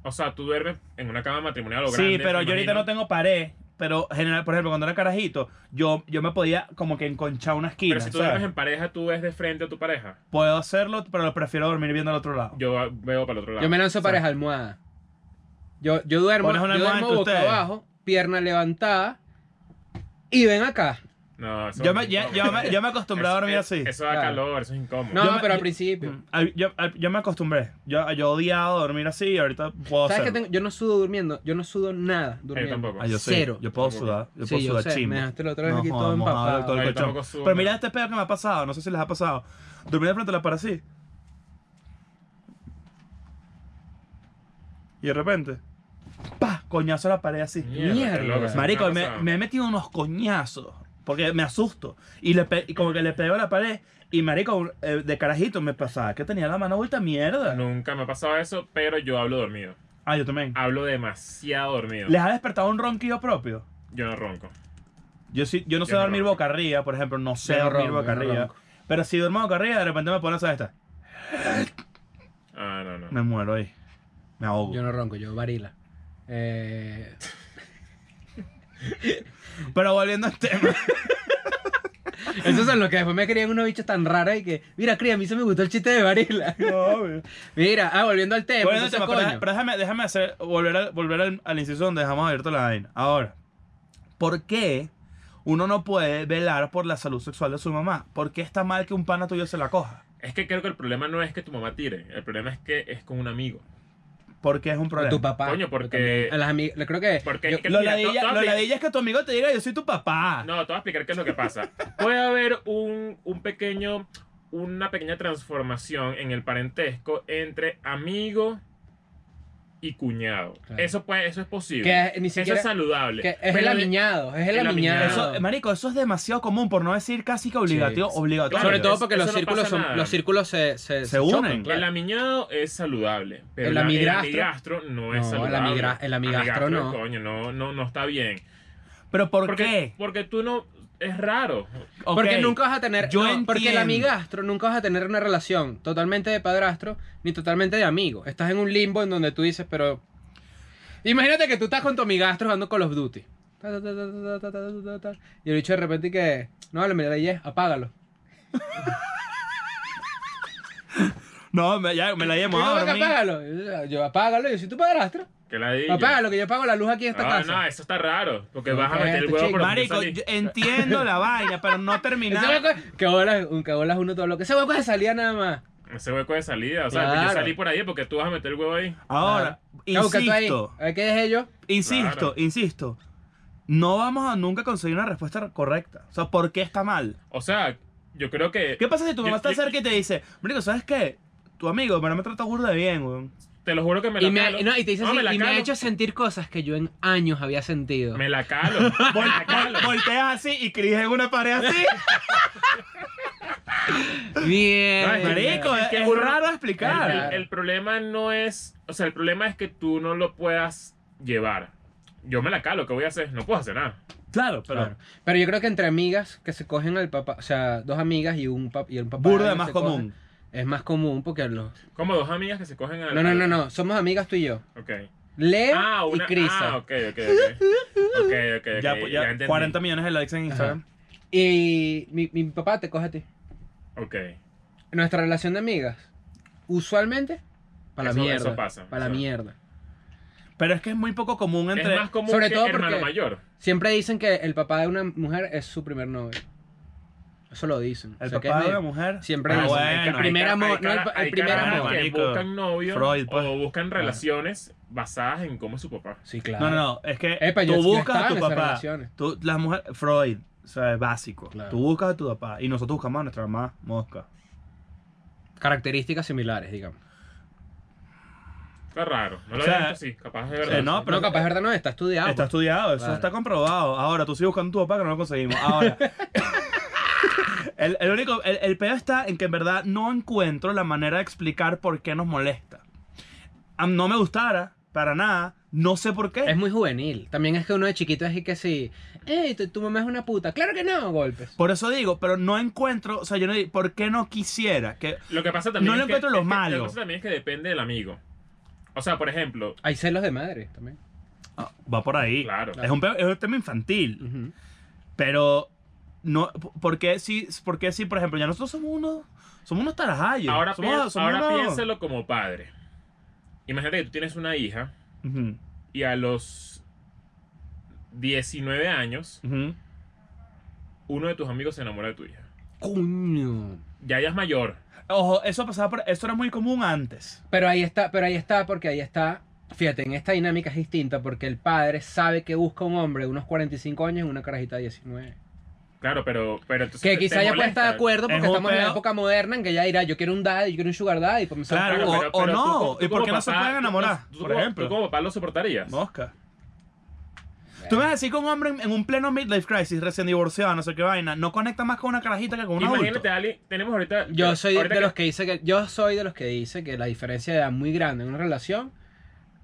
S2: O sea, tú duermes en una cama matrimonial o grande.
S3: Sí, pero
S2: me
S3: yo ahorita
S2: imagino.
S3: no tengo pared. Pero general, por ejemplo, cuando era carajito, yo, yo me podía como que enconchar una esquina.
S2: Pero si tú
S3: ¿sabes?
S2: duermes en pareja, tú ves de frente a tu pareja.
S3: Puedo hacerlo, pero prefiero dormir viendo al otro lado.
S2: Yo veo para el otro lado.
S4: Yo me lanzo pareja almohada. Yo, yo duermo,
S3: Pones una
S4: yo
S3: almohada
S4: duermo
S3: entre
S4: boca
S3: ustedes.
S4: abajo, pierna levantada, y ven acá.
S2: No, eso
S3: Yo
S2: es
S3: me, ya-
S2: incómodo.
S3: yo me- yo me acostumbré a
S2: Eso-
S3: dormir
S2: es-
S3: así.
S2: Eso da
S4: Claro.
S2: calor, eso es incómodo.
S4: No,
S3: Yo me-
S4: pero al
S3: yo-
S4: principio.
S3: Mm, al- Yo, al- yo me acostumbré. Yo, yo odiaba dormir así y ahorita puedo
S4: ¿Sabes
S3: hacerlo.
S4: qué tengo? Yo no sudo durmiendo, yo no sudo nada durmiendo.
S2: tampoco.
S3: Ah, yo sé.
S4: Cero.
S3: Yo puedo
S2: Sí,
S3: sudar. Yo
S4: Sí,
S3: puedo
S4: yo
S3: sudar
S4: sé,
S3: chimbo.
S4: me dejaste la otra vez
S3: No
S4: aquí todo
S3: jodas, mojado,
S4: empapado.
S3: todo el
S2: Ay,
S3: colchón.
S2: tampoco sudo,
S3: Pero
S2: no.
S3: mira este pedo que me ha pasado. No sé si les ha pasado. Dormir de frente a la pared así. Y de repente. ¡Pah! Coñazo a la pared así.
S2: Mierda, qué loco, eso
S3: Marico,
S2: me ha
S3: me,
S2: pasado.
S3: me he metido unos coñazos. Porque me asusto. Y, le pe- y como que le pego a la pared. Y marico, eh, de carajito me pasaba. Que tenía la mano vuelta mierda.
S2: Nunca me ha pasado eso, pero yo hablo dormido.
S3: Ah, yo también.
S2: Hablo demasiado dormido.
S3: ¿Les ha despertado un ronquido propio?
S2: Yo no ronco.
S3: Yo, sí, yo no sé
S2: Yo no
S3: dormir
S2: ronco.
S3: boca arriba, por ejemplo. No sé
S4: Yo no
S3: dormir
S4: ronco,
S3: boca
S4: yo no
S3: arriba.
S4: ronco.
S3: Pero si duermo boca arriba, de repente me pones a esta.
S2: Ah, no, no.
S3: Me muero ahí. Me ahogo.
S4: Yo no ronco, yo varila. Eh,
S3: Pero volviendo al tema.
S4: Eh, esos son los que después me crían unos bichos tan raros y que, mira, cría, a mí se me gustó el chiste de varila.
S3: Obvio.
S4: mira, ah, volviendo al tema.
S3: Volviendo al
S4: entonces,
S3: tema, pero,
S4: coño.
S3: pero déjame, déjame hacer, volver, al, volver al, al inciso donde dejamos abierto la vaina. Ahora, ¿por qué uno no puede velar por la salud sexual de su mamá. ¿Por qué está mal que un pana tuyo se la coja?
S2: Es que creo que el problema no es que tu mamá tire, el problema es que es con un amigo.
S3: Porque es un
S4: O
S3: problema.
S4: tu papá.
S2: Coño, porque-
S4: también. A las amigas. Creo que.
S2: Porque
S4: yo-
S2: es que
S3: Lo
S2: mira, te-
S3: ladilla,
S2: te voy a
S3: lo
S2: explicar-
S3: ladilla es que tu amigo te diga, yo soy tu papá.
S2: No, te voy a explicar qué es lo que pasa. Puede haber un, un pequeño, una pequeña transformación en el parentesco entre amigo y cuñado.
S4: Claro.
S2: Eso puede, eso es posible.
S4: Que ni siquiera-
S2: eso es saludable.
S4: que es el
S2: Pero de-
S4: amiñado. Es el,
S2: el
S4: amiñado.
S2: amiñado.
S3: Eso, eh, marico, eso es demasiado común, por no decir casi que obligativo,
S4: Sí.
S3: obligatorio.
S2: Claro,
S4: Sobre todo
S2: eso-
S4: porque
S2: eso
S4: los
S2: no
S4: círculos
S2: pasa
S4: son.
S2: nada.
S4: Los círculos se. Se,
S3: Se unen.
S4: chocan, claro.
S2: El amiñado es saludable, pero
S4: El
S2: la-
S4: amigastro-
S2: amigastro no es
S4: No, el
S2: saludable.
S4: amigra- el amigastro no.
S2: Coño, no, no, no está bien.
S3: Pero ¿por
S2: porque,
S3: qué?
S2: Porque tú no... Es raro.
S3: Ok.
S4: Porque nunca vas a tener.
S3: yo
S4: no, porque el
S3: entiendo.
S4: amigastro nunca vas a tener una relación totalmente de padrastro ni totalmente de amigo. Estás en un limbo en donde tú dices, pero. Imagínate que tú estás con tu amigastro jugando Call of Duty. Ta, ta, ta, ta, ta, ta, ta, ta, ta, ta. Y el bicho de repente que. No, le miré yes, apágalo.
S3: No, me, ya me la llamo
S4: Yo,
S3: ahora.
S4: "Ven acá,
S3: mi-
S4: apágalo. Yo apágalo, yo soy tu padrastro.
S2: Que la diga.
S4: Apágalo, que yo apago la luz aquí en esta
S2: Ah,
S4: casa.
S2: no, eso está raro. Porque
S4: No,
S2: vas a
S4: que
S2: meter el
S4: este
S2: huevo
S4: chico-
S2: por donde
S3: Marico,
S2: salí.
S3: yo entiendo la vaina, pero no
S4: Ese
S3: terminar.
S4: hueco- que bolas, un- que bolas uno todo lo que. Ese hueco se salía nada más.
S2: Ese hueco de salida. O sea,
S4: Claro.
S2: yo salí por ahí porque tú vas a meter el huevo ahí.
S3: Ahora,
S4: Claro, que tú ahí,
S3: insisto,
S4: a ver, ¿Qué dejé yo?
S3: insisto,
S2: Claro.
S3: insisto. No vamos a nunca conseguir una respuesta correcta. O sea, ¿por qué está mal?
S2: O sea, yo creo que
S3: ¿Qué pasa si tu
S2: Yo-
S3: mamá está
S2: yo-
S3: cerca y te dice, Marico, ¿sabes qué? Tu amigo, pero me trata burda de bien, weón.
S2: te lo juro que me la
S4: Y me, ha-
S2: calo.
S4: no, y te dice
S2: No,
S4: así,
S2: me la
S4: y me ha
S2: calo.
S4: hecho sentir cosas que yo en años había sentido.
S2: Me la calo. Me la calo.
S3: Volteas así y Cris en una pared así.
S4: Bien.
S2: Ay,
S3: Marico, es,
S2: que
S3: es
S2: uno-
S3: raro
S2: El,
S3: explicar.
S2: el- el problema no es, o sea, el problema es que tú no lo puedas llevar. Yo me la calo, ¿qué voy a hacer? No puedo hacer nada.
S3: Claro, pero
S4: Claro. Pero yo creo que entre amigas que se cogen al papá, o sea, dos amigas y un, pap- y un papá.
S3: burda
S4: no
S3: es más
S4: se cogen,
S3: común.
S4: es más común porque no.
S2: Como dos amigas que se cogen al.
S4: No, no, no, no. Somos amigas tú y yo.
S2: Ok.
S4: Leo
S2: Ah, una.
S4: y Crisa.
S2: Ah, ok, ok, ok. Ok, ok, ok.
S3: Ya, pues, ya
S2: entendí.
S3: 40 millones de likes en Instagram.
S4: Y mi, mi papá te coge a ti.
S2: Ok.
S4: Nuestra relación de amigas, usualmente, para la
S2: Eso-
S4: mierda.
S2: eso pasa,
S4: Para la
S2: eso.
S4: mierda.
S3: Pero es que es muy poco común entre.
S2: Es más común
S4: sobre
S2: que
S4: todo
S2: hermano
S4: porque-
S2: mayor.
S4: Siempre dicen que el papá de una mujer es su primer novio. Eso lo dicen.
S3: El
S4: O sea, que
S3: papá
S4: es
S3: de la
S4: medio-
S3: mujer.
S4: Siempre
S3: Ah,
S4: dicen,
S3: bueno.
S4: el primer
S2: ca-
S4: amor, no, el-
S2: cara-
S4: el primer
S2: carajas
S3: amor.
S2: que
S3: Marico.
S2: buscan novio
S3: Freud, pues.
S2: o buscan relaciones basadas en cómo es su papá.
S4: Sí, claro.
S3: No, no, no. Es que
S4: Epa, yo-
S3: tú
S4: yo
S3: buscas
S4: estaba
S3: a
S4: en
S3: tu
S4: esas
S3: papá.
S4: relaciones.
S3: Tú, las mujeres. Freud. O sea, es básico.
S4: Claro.
S3: Tú buscas a tu papá. Y nosotros buscamos a nuestra mamá, mosca.
S4: Características similares, digamos.
S2: Está raro. No lo
S3: O sea,
S2: había visto así, capaz de verdad.
S3: eh, no, pero-
S4: no, capaz, es verdad, no, está estudiado.
S3: está
S4: pues.
S3: estudiado, eso
S4: Claro.
S3: está comprobado. Ahora, tú sigues buscando a tu papá que no lo conseguimos. Ahora. el, el único. El, el peor está en que en verdad no encuentro la manera de explicar por qué nos molesta. A- No me gustara, para nada. No sé por qué.
S4: Es muy juvenil. También es que uno de chiquito es y que sí. ¡Ey, tu, tu mamá es una puta! ¡Claro que no! Golpes.
S3: Por eso digo, pero no encuentro. O sea, yo no digo, ¿por qué no quisiera? Que,
S2: Lo que pasa también
S3: No lo
S2: es que-
S3: encuentro lo
S2: es que-
S3: malo.
S2: Lo que pasa también es que depende del amigo. O sea, por ejemplo,
S4: Hay celos de madre también.
S3: Ah, va por ahí.
S2: Claro.
S3: Es un, pe- es un tema infantil.
S4: Ujú.
S3: Pero no, ¿por qué si, por qué si, por ejemplo, ya nosotros somos unos, somos unos tarajayos?
S2: ahora,
S3: somos,
S2: piens-
S3: somos
S2: ahora
S3: unos-
S2: piénsalo como padre. Imagínate que tú tienes una hija
S3: Ujú,
S2: y a los 19 años,
S3: ujú.
S2: uno de tus amigos se enamora de tu hija.
S4: ¡Coño!
S2: Ya ella es mayor.
S3: Ojo, eso pasaba por, eso era muy común antes.
S4: Pero ahí está, pero ahí está, porque ahí está. Fíjate, en esta dinámica es distinta porque el padre sabe que busca un hombre de unos 45 años en una carajita de 19.
S2: Claro, pero, pero entonces. te-
S4: Que
S2: te
S4: quizá ya pueda estar
S2: molesta.
S4: de acuerdo porque
S3: Es un
S4: estamos en la
S3: pedo.
S4: época moderna en que ya dirá, yo quiero un daddy, yo quiero un sugar daddy. Pues me sale
S3: Claro,
S4: un
S3: o-
S4: poco-
S3: o no,
S2: como-
S3: ¿y por
S2: como
S3: qué no se pueden enamorar,
S2: tú
S3: por
S2: como-
S3: ejemplo?
S2: ¿Tú como papá lo soportarías?
S3: Mosca. Tú me vas a decir que un hombre en, en un pleno midlife crisis, recién divorciado, no sé qué vaina, no conecta más con una carajita que con un adulto.
S2: Imagínate, Ali, tenemos ahorita.
S4: Yo soy
S2: ahorita
S4: de
S2: que-
S4: los que dice que yo soy de los que dice que la diferencia de edad muy grande en una relación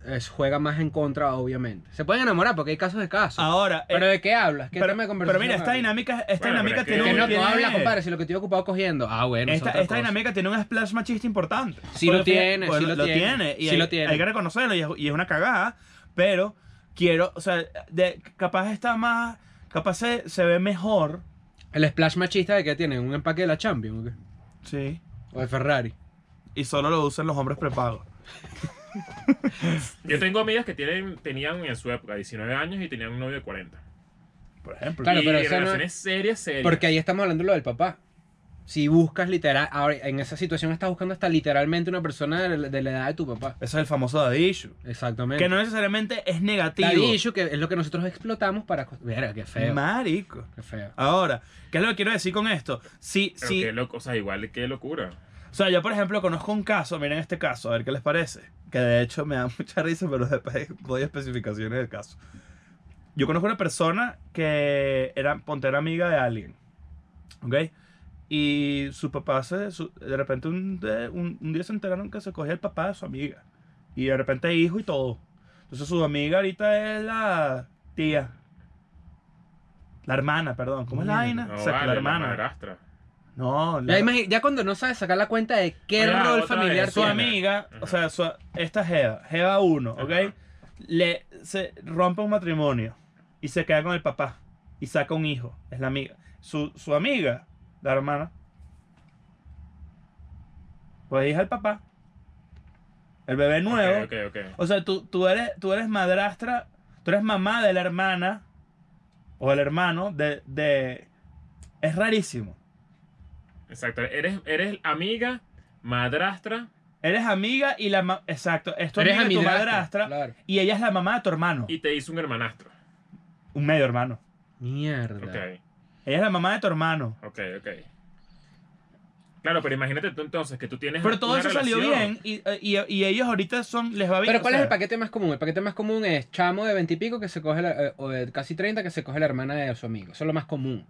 S4: es, juega más en contra, obviamente. Se pueden enamorar porque hay casos de casos.
S3: Ahora, eh,
S4: pero de qué hablas? ¿Qué
S3: pero,
S4: tema de
S3: pero
S4: conversación?
S3: mira, esta
S4: hablas?
S3: dinámica, esta
S2: Bueno, pero
S3: dinámica
S2: es que-
S3: tiene
S4: Que
S3: un...
S4: no, no
S3: tiene-
S4: hablas, compadre, si lo que estoy ocupado cogiendo. Ah, bueno,
S3: Esta,
S4: es
S3: esta dinámica tiene un splash machista importante.
S4: Sí
S3: Porque
S4: lo
S3: fíjate-
S4: tiene,
S3: pues
S4: sí lo tiene.
S3: y
S4: Sí
S3: hay,
S4: lo tiene.
S3: hay que reconocerlo y es, y es una cagada, pero quiero, o sea, de- capaz está más, capaz se, se ve mejor,
S4: El splash machista de que tiene un empaque de la Champions o qué?
S3: sí,
S4: O de Ferrari.
S3: y solo lo usan los hombres prepagos.
S2: Yo tengo amigas que tienen, tenían en su época 19 años y tenían un novio de 40.
S3: por ejemplo.
S4: Claro,
S2: y
S4: pero eso no-
S2: relaciones serias, serias.
S4: Porque ahí estamos hablando de lo del papá. Si buscas literal, ahora, en esa situación estás buscando hasta literalmente una persona de la, de la edad de tu papá.
S3: Ese es el famoso daddy issue.
S4: Exactamente.
S3: Que no necesariamente es negativo.
S4: Daddy issue, que es lo que nosotros explotamos para... co- Verga, qué feo.
S3: Marico.
S4: Qué feo.
S3: Ahora, ¿qué es lo que quiero decir con esto? Si,
S2: Pero
S3: si,
S2: qué loco, o sea, igual qué locura.
S3: O sea, yo por ejemplo conozco un caso, miren este caso, a ver qué les parece. Que de hecho me da mucha risa, pero después doy especificaciones del caso. Yo conozco una persona que era, ponte, era amiga de alguien, ¿ok? Y su papá, se, su- de repente un, de- un- un día se enteraron que se cogía el papá de su amiga. Y de repente hijo y todo. Entonces su amiga ahorita es la tía. La hermana, perdón. ¿Cómo es la vaina?
S2: No,
S3: O sea,
S2: vale,
S3: la
S2: la
S3: hermana.
S2: madrastra.
S3: no,
S4: Ya, imagi- ya cuando no sabes sacar la cuenta de qué
S2: Ah,
S4: rol
S2: otra
S4: familiar
S2: vez.
S3: su
S2: Tiene.
S4: tienes.
S3: amiga,
S2: Ajá.
S3: o sea, su- esta Jeva, Jeva 1, ¿ok?
S2: Ajá.
S3: Le se rompe un matrimonio y se queda con el papá y saca un hijo, es la amiga. Su, su amiga, la hermana, pues hija del papá, el bebé nuevo.
S2: Ok, ok, ok.
S3: O sea, tú, tú, eres, tú eres madrastra, tú eres mamá de la hermana o el hermano de... de es rarísimo.
S2: Exacto. Eres, eres amiga, madrastra.
S3: Eres amiga y la... ma- Exacto, esto es
S4: Eres
S3: amiga de tu
S4: amidrastra,
S3: madrastra.
S4: Claro.
S3: Y ella es la mamá de tu hermano.
S2: Y te hizo un hermanastro.
S3: Un medio hermano.
S4: Mierda.
S2: Ok,
S3: Ella es la mamá de tu hermano.
S2: ok, ok. Claro, pero imagínate tú entonces que tú tienes.
S3: Pero todo
S2: una
S3: eso salió
S2: relación.
S3: bien y, y, y ellos ahorita son, les va bien.
S4: Pero ¿cuál
S3: o
S4: es
S3: sea,
S4: el paquete más común? El paquete más común es chamo de 20 y pico que se coge, la- eh, o de casi 30 que se coge la hermana de su amigo. Eso es lo más común.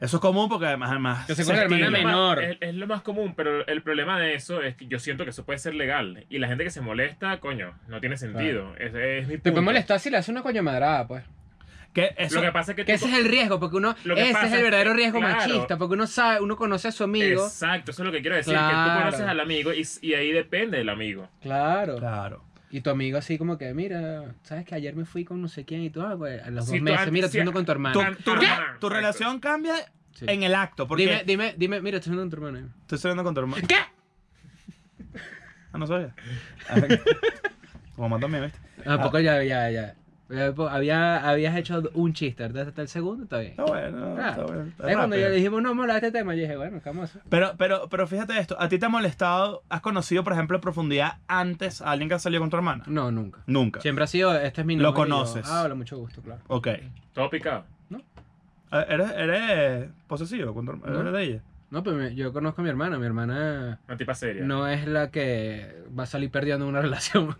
S3: Eso es común porque además... además
S4: Yo sé con la hermana
S2: Es lo
S3: estila.
S4: menor.
S2: más- Es, es lo más común, pero el problema de eso es que yo siento que eso puede ser legal. Y la gente que se molesta, coño, no tiene sentido. Ese es mi
S4: Te
S2: punto.
S4: puede molestar si le hace una coño madrada, pues.
S3: Que eso,
S2: Lo que pasa es que,
S4: Que
S2: tú-
S4: ese es el riesgo, porque uno.
S2: Lo que
S4: Ese
S2: pasa
S4: es
S2: es
S4: el
S2: que,
S4: verdadero riesgo
S2: claro.
S4: machista, porque uno sabe, uno conoce a su amigo.
S2: Exacto, eso es lo que quiero decir. Que
S4: Claro.
S2: tú conoces al amigo y, y ahí depende del amigo.
S4: Claro.
S3: Claro.
S4: Y tu amigo así como que, mira, sabes que ayer me fui con no sé quién y tú, ah, pues, a los
S2: Sí,
S4: dos
S2: tú
S4: meses,
S2: antes- sí,
S4: mira, estoy andando con tu hermano.
S3: Tu,
S2: Tan-
S3: tu-
S2: Ajá.
S3: tu relación cambia
S4: Sí.
S3: en el acto. Porque
S4: Dime, dime, dime, mira, estoy andando con tu hermano.
S3: estoy saliendo con tu hermano.
S4: ¿Qué?
S3: Ah, no sabía. tu mamá también, ¿viste?
S4: ¿A Ah, poco ya, ya, ya? Ya, po- Había, habías hecho un chiste, ¿verdad? Hasta el segundo, está bien.
S3: Está bueno,
S4: Claro.
S3: está bueno. está
S4: Ahí Ah. cuando
S3: rápido.
S4: ya le dijimos, no, mola este tema, yo dije, bueno, ¿qué vamos a hacer?
S3: Pero, pero, pero fíjate esto. ¿A ti te ha molestado? ¿Has conocido, por ejemplo, a profundidad antes a alguien que ha salido con tu hermana?
S4: No, nunca.
S3: Nunca.
S4: Siempre ha sido, este es mi
S3: Lo
S4: número y yo,
S3: conoces.
S4: Ah, hola, mucho gusto, claro.
S3: Ok.
S2: Todo picado.
S3: Eh, ¿Eres, eres posesivo con tu hermana?
S4: No.
S3: ¿Eres de ella?
S4: No, pero me- yo conozco a mi hermana, mi hermana
S2: Una tipa seria.
S4: no es la que va a salir perdiendo una relación.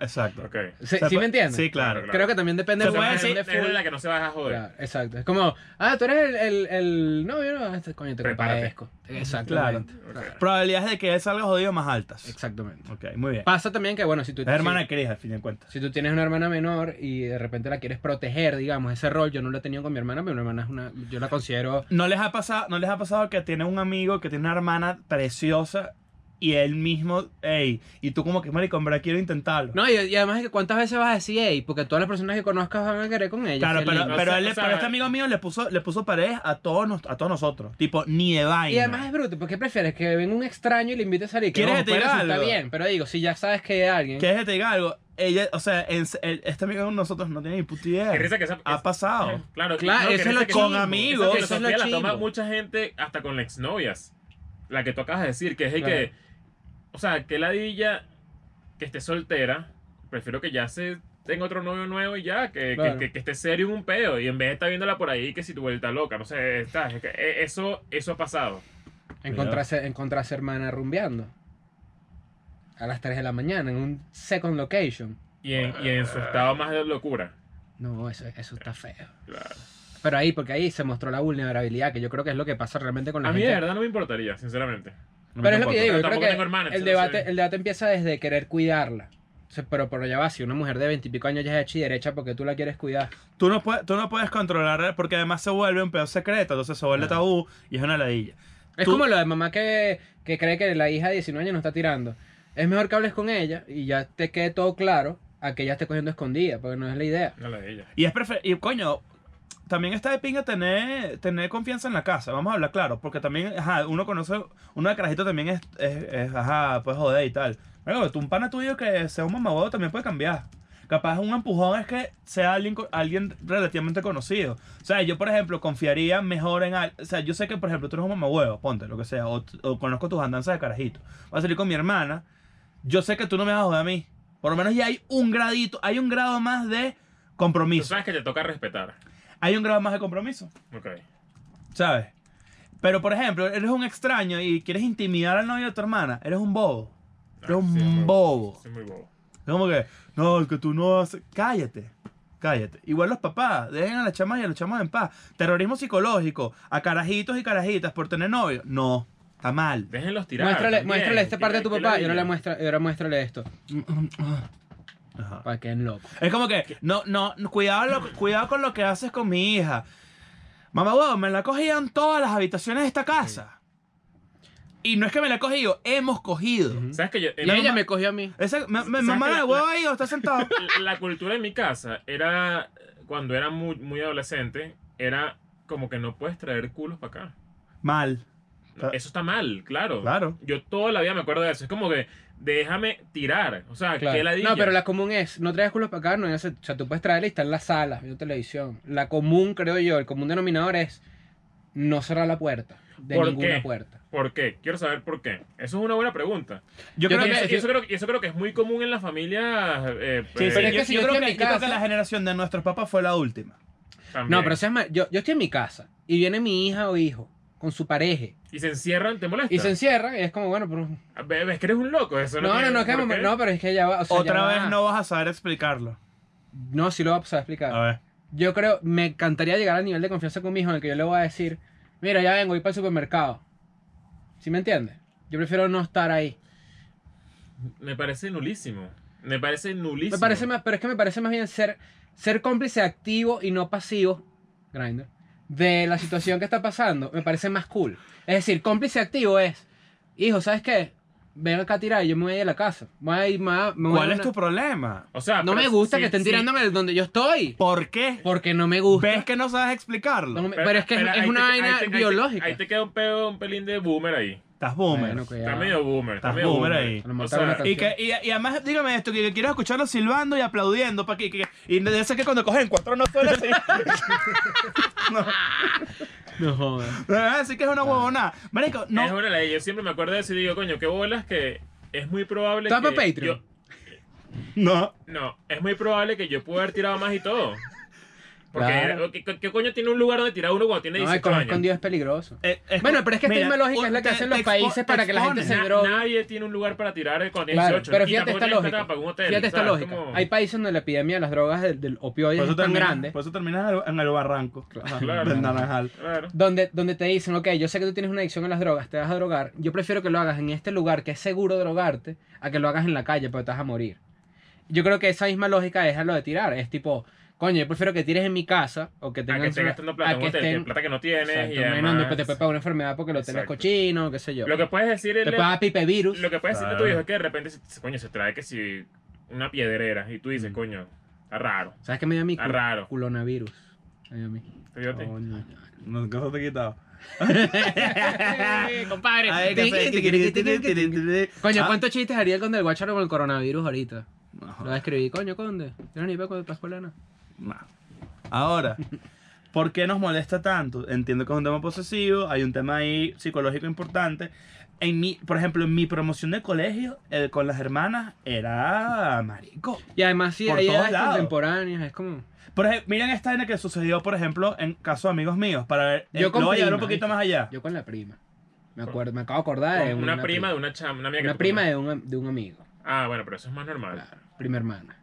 S3: Exacto.
S2: Ok.
S4: ¿Sí,
S3: O sea,
S4: sí
S3: pa-
S4: me entiendes?
S3: Sí, claro.
S2: Claro,
S4: Creo que también depende
S3: Se
S4: de
S3: puede
S4: la
S2: Es
S3: decir-
S4: relación de
S2: es de
S4: full.
S2: la que no se va a joder.
S4: Claro, exacto. Es como, ah, tú eres el, el, el novio, no, este coño te
S2: Prepárate.
S4: compadezco. Exactamente.
S2: Ok.
S4: Claro.
S3: Probabilidades de que él salga jodido más altas.
S4: Exactamente.
S3: Ok, muy bien.
S4: Pasa también que, bueno, si tú,
S3: Es hermana de
S4: si,
S3: Chris, al fin de cuentas.
S4: si tú tienes una hermana menor y de repente la quieres proteger, digamos, ese rol, yo no lo he tenido con mi hermana, pero mi hermana es una, yo la considero...
S3: ¿No les, ha pasado, ¿No les ha pasado que tiene un amigo que tiene una hermana preciosa y él mismo, ey, y tú como que, maricón, pero quiero intentarlo?
S4: No, y, y además es que cuántas veces vas a decir, hey, porque todas las personas que conozcas van a querer con ella.
S3: Claro,
S4: qué
S3: pero,
S4: lindo.
S2: O
S3: pero,
S2: sea,
S3: él le-
S2: o sea-
S3: pero este amigo mío le puso, le puso paredes a todos, nos- a todos nosotros. Tipo, ni de vaina.
S4: Y además es bruto, ¿por qué prefieres que venga un extraño y le invite a salir? Que
S3: ¿Quieres que
S4: ojo,
S3: te
S4: puede
S3: diga
S4: resultar
S3: algo?
S4: bien, pero digo, si ya sabes que hay alguien...
S3: ¿Quieres que te diga algo? Ella, o sea, en- el- este amigo de nosotros no tiene ni puta idea.
S2: Qué risa que esa-
S3: Ha pasado.
S2: Claro,
S4: Claro,
S2: que
S4: eso es
S2: risa
S4: lo
S2: que-
S3: con
S4: chimbo,
S3: amigos,
S2: Esa
S4: eso es lo
S2: filosofía la toma
S4: chimbo.
S2: mucha gente hasta con las exnovias. La que tú acabas de decir, que es el
S4: Claro.
S2: que. O sea, que ladilla que esté soltera. Prefiero que ya se tenga otro novio nuevo y ya, que, que-
S4: Claro.
S2: que- que esté serio en un pedo. Y en vez de estar viéndola por ahí, que si tu vuelta loca. No sé, está, es que, eh, eso, eso ha pasado.
S4: Encontrarse, encontrarse hermana rumbeando. A las 3 de la mañana, en un second location.
S2: Y en, y en su estado más de locura.
S4: No, eso, eso está feo.
S2: Claro.
S4: Pero ahí, porque ahí se mostró la vulnerabilidad, que yo creo que es lo que pasa realmente con la
S2: A mí,
S4: gente.
S2: de verdad, no me importaría, sinceramente.
S4: Pero es lo que yo digo,
S2: Pero
S4: yo creo
S2: Ah, tampoco
S4: que
S2: tengo hermana,
S4: el,
S2: entonces-
S4: debate, el debate empieza desde querer cuidarla. O sea, pero por allá va, si una mujer de veintipico años ya es hecha y derecha porque tú la quieres cuidar.
S3: Tú no, puedes, tú no puedes controlar, porque además se vuelve un pedo secreto, entonces se vuelve
S4: Claro.
S3: tabú y es una ladilla.
S4: Es
S3: Tú-
S4: como lo de mamá que, que cree que la hija de 19 años no está tirando. Es mejor que hables con ella y ya te quede todo claro a que ella esté cogiendo escondida, porque no es la idea.
S2: No la de ella.
S3: Y es prefer y coño, también está de pinga tener, tener confianza en la casa, vamos a hablar claro, porque también, ajá, uno conoce, uno de carajito también es, es, es, ajá, pues joder y tal. Bueno, tú un pana tuyo que sea un mamabodo también puede cambiar. Capaz un empujón es que sea alguien, co- alguien relativamente conocido. O sea, yo, por ejemplo, confiaría mejor en al- O sea, yo sé que, por ejemplo, tú eres un mamahuevo, ponte, lo que sea, o, o conozco tus andanzas de carajito. Voy a salir con mi hermana. Yo sé que tú no me vas a joder a mí. Por lo menos ya hay un gradito, hay un grado más de
S2: Tú
S3: compromiso.
S2: sabes que te toca respetar.
S3: Hay un grado más de compromiso.
S2: Ok.
S3: ¿Sabes? Pero, por ejemplo, eres un extraño y quieres intimidar al novio de tu hermana. Eres un bobo. Eres
S2: Ah, sí, es muy
S3: un bobo.
S2: Soy muy bobo.
S3: Es como que, no, el que tú no haces. Cállate. Cállate. Igual los papás, dejen a las chamas y a los chamos en paz. Terrorismo psicológico, a carajitos y carajitas por tener novio. No, está mal.
S2: Déjenlos tirar.
S4: Muéstrale,
S2: también,
S4: muéstrale esta
S2: que-
S4: parte a tu
S2: que
S4: papá y
S2: ladilla.
S4: ahora, le muestra, y ahora muéstrale esto.
S3: Ajá.
S4: Para que en loco.
S3: Es como que, no, no, cuidado, lo- cuidado con lo que haces con mi hija. Mamá, huevo, me la cogían todas las habitaciones de esta casa. Y no es que me la he cogido, hemos cogido.
S4: Ujú.
S2: ¿Sabes que yo, Eh,
S4: Y
S2: la-
S4: ella me cogió a mí.
S3: Esa, me, me-
S2: ¿Sabes
S3: mamá,
S2: que la-
S3: el huevo ahí, o está sentado.
S2: la cultura en mi casa era, cuando era muy, muy adolescente, era como que no puedes traer culos para acá.
S3: Mal. Claro.
S2: Eso está mal, claro.
S3: Claro.
S2: Yo toda la vida me acuerdo de eso. Es como que déjame tirar. O sea,
S4: Claro.
S2: que la
S4: No, pero la común es, no traes culos para acá, no, ya sé, o sea, tú puedes traerla y está en la sala, viendo televisión. La común, creo yo, el común denominador es no cerrar la puerta, de
S2: ¿Por
S4: ninguna
S2: qué?
S4: puerta.
S2: ¿Por qué? Quiero saber por qué. Eso es una buena pregunta.
S3: Yo, creo
S2: Y
S3: que,
S2: eso,
S4: pienso-
S2: y eso creo, y eso creo que es muy común en las familias. eh,
S3: sí,
S2: eh,
S3: pero es
S4: yo-
S3: que si yo,
S4: yo estoy
S3: creo
S4: en
S3: que,
S4: mi
S3: yo creo que
S4: casa-
S3: la generación de nuestros papás fue la última.
S2: también.
S4: No, pero seas ma- yo, yo estoy en mi casa y viene mi hija o hijo con su pareja
S2: Y se encierran, ¿te molesta? Ah,
S4: y se encierran y es como, bueno, pero...
S2: Ves que eres un loco. Eso
S4: No, no,
S2: tiene-
S4: no, es que-
S2: ¿por qué?
S4: no, pero es que ya va... o sea, ya
S3: Otra
S4: va.
S3: vez no vas a saber explicarlo.
S4: No, sí lo voy a pasar a explicar.
S3: A ver.
S4: Yo creo, me encantaría llegar al nivel de confianza con mi hijo en el que yo le voy a decir, mira, ya vengo, voy para el supermercado. ¿Sí me entiendes? Yo prefiero no estar ahí.
S2: Me parece nulísimo. Me parece nulísimo.
S4: Me parece más, pero es que me parece más bien ser, ser cómplice activo y no pasivo, Grindr, de la situación que está pasando, me parece más cool. Es decir, cómplice activo es, hijo, ¿sabes qué? Ven acá a tirar y yo me voy a ir a la casa. Me voy a ir, me voy a- me voy a
S3: ¿Cuál
S4: una-
S3: es tu problema?
S2: O sea,
S4: No
S2: pero
S4: me gusta
S2: sí,
S4: que estén
S2: sí.
S4: tirándome de donde yo estoy.
S3: ¿Por qué?
S4: Porque no me gusta.
S3: ¿Ves que no sabes explicarlo?
S4: No me- pero es que es-
S2: ahí
S4: es
S2: te-
S4: una
S2: ahí
S4: vaina
S2: te- ahí te-
S4: biológica.
S2: Ahí te queda un, pedo, un pelín de boomer ahí.
S3: Estás boomer.
S4: Bueno, que ya-
S2: Está medio boomer. Está
S3: Estás
S2: medio
S3: boomer
S2: boomer
S3: ahí.
S4: Bueno,
S2: O
S4: montar una
S2: sea,
S4: canción.
S3: Y, que, y, y además, dígame esto, que, que quiero escucharlo silbando y aplaudiendo. Pa que, que- y de eso que cuando cogen cuatro no suena así.
S4: No jodas.
S3: así que es una huevonada. Marico,
S2: Es
S3: no.
S2: una ley. Yo siempre me acuerdo de eso y digo, coño, qué bolas que es muy probable
S4: Tapa
S2: que.
S4: Patreon.
S2: yo-
S3: No.
S2: no, es muy probable que yo pueda haber tirado más y todo. Porque,
S4: Claro.
S2: ¿qué, qué- qué coño tiene un lugar donde tirar uno cuando tiene
S4: No, el
S2: 18
S4: coger
S2: años?
S4: escondido es peligroso.
S3: Eh, es-
S4: Bueno, pero es que esta
S3: mira,
S4: misma lógica es la que
S3: te-
S4: hacen
S3: te
S4: los
S3: expo-
S4: países para
S3: te
S4: que la gente
S3: expones.
S4: se
S2: Na-
S4: droga.
S2: nadie tiene un lugar para tirar cuando tiene
S4: Claro,
S2: 18.
S4: pero
S2: Y
S4: fíjate
S2: tampoco
S4: esta
S2: tienes plata
S4: lógica.
S2: para un hotel,
S4: Fíjate esta
S2: ¿sabes?
S4: lógica.
S2: Como-
S4: Hay países donde la epidemia de las drogas del, del opioide
S3: Por
S4: es
S3: eso,
S4: tan
S3: terminas-
S4: grande,
S3: por eso terminas en el- en el barranco ajá,
S2: Claro.
S3: del naranjal.
S2: Claro.
S4: donde, donde te dicen, ok, yo sé que tú tienes una adicción a las drogas, te vas a drogar, yo prefiero que lo hagas en este lugar que es seguro drogarte, a que lo hagas en la calle, porque te vas a morir. Yo creo que esa misma lógica es a lo de tirar, es tipo, coño, yo prefiero que tires en mi casa o que
S2: A
S4: tengas...
S2: que estén gastando plata en
S4: a
S2: un
S4: que
S2: hotel,
S4: estén-
S2: que plata que no tienes.
S4: Exacto,
S2: y
S4: menos
S2: además...
S4: donde te puede pagar una enfermedad porque el hotel
S2: Exacto.
S4: es cochino, qué sé yo.
S2: Lo que puedes decir
S4: te
S2: es...
S4: paga pipe virus.
S2: Lo que puedes decirle a tu
S3: Claro.
S2: hijo es que de repente se, coño, se trae que si una piedrera y tú
S4: Mm.
S2: dices, coño, está raro.
S4: ¿Sabes qué me dio a mí?
S2: Está Ah, raro.
S4: Culonavirus. Me dio a mí.
S2: Fíjate.
S4: Coño.
S3: No, cosa te he quitado.
S4: Compadre.
S3: Ay, que se-
S4: Coño,
S3: Ah,
S4: ¿cuántos chistes haría el Conde del Guacharo con el coronavirus ahorita? Lo voy
S3: no,
S4: a escribir. Coño, Conde. ¿Tienes ni para Pascualana?
S3: no. Ahora, ¿por qué nos molesta tanto? Entiendo que es un tema posesivo, hay un tema ahí psicológico importante. En mi, por ejemplo, en mi promoción de colegio, el con las hermanas era marico.
S4: Y además, sí,
S3: Por
S4: hay
S3: todos
S4: edades
S3: lados.
S4: contemporáneas. Es como.
S3: Por ejemplo, miren esta vaina que sucedió, por ejemplo, en caso de amigos míos, para ver,
S4: Yo
S3: eh,
S4: con
S3: lo voy a llevar un
S4: prima,
S3: poquito
S4: ¿viste?
S3: más allá.
S4: Yo con la prima. Me, acuerdo, me acabo de acordar de
S2: Con una, prima de una chama, una amiga que
S4: Una
S2: tú
S4: prima
S2: conoces.
S4: de un, de un amigo.
S2: Ah, bueno, pero eso es más normal.
S4: Claro, prima hermana.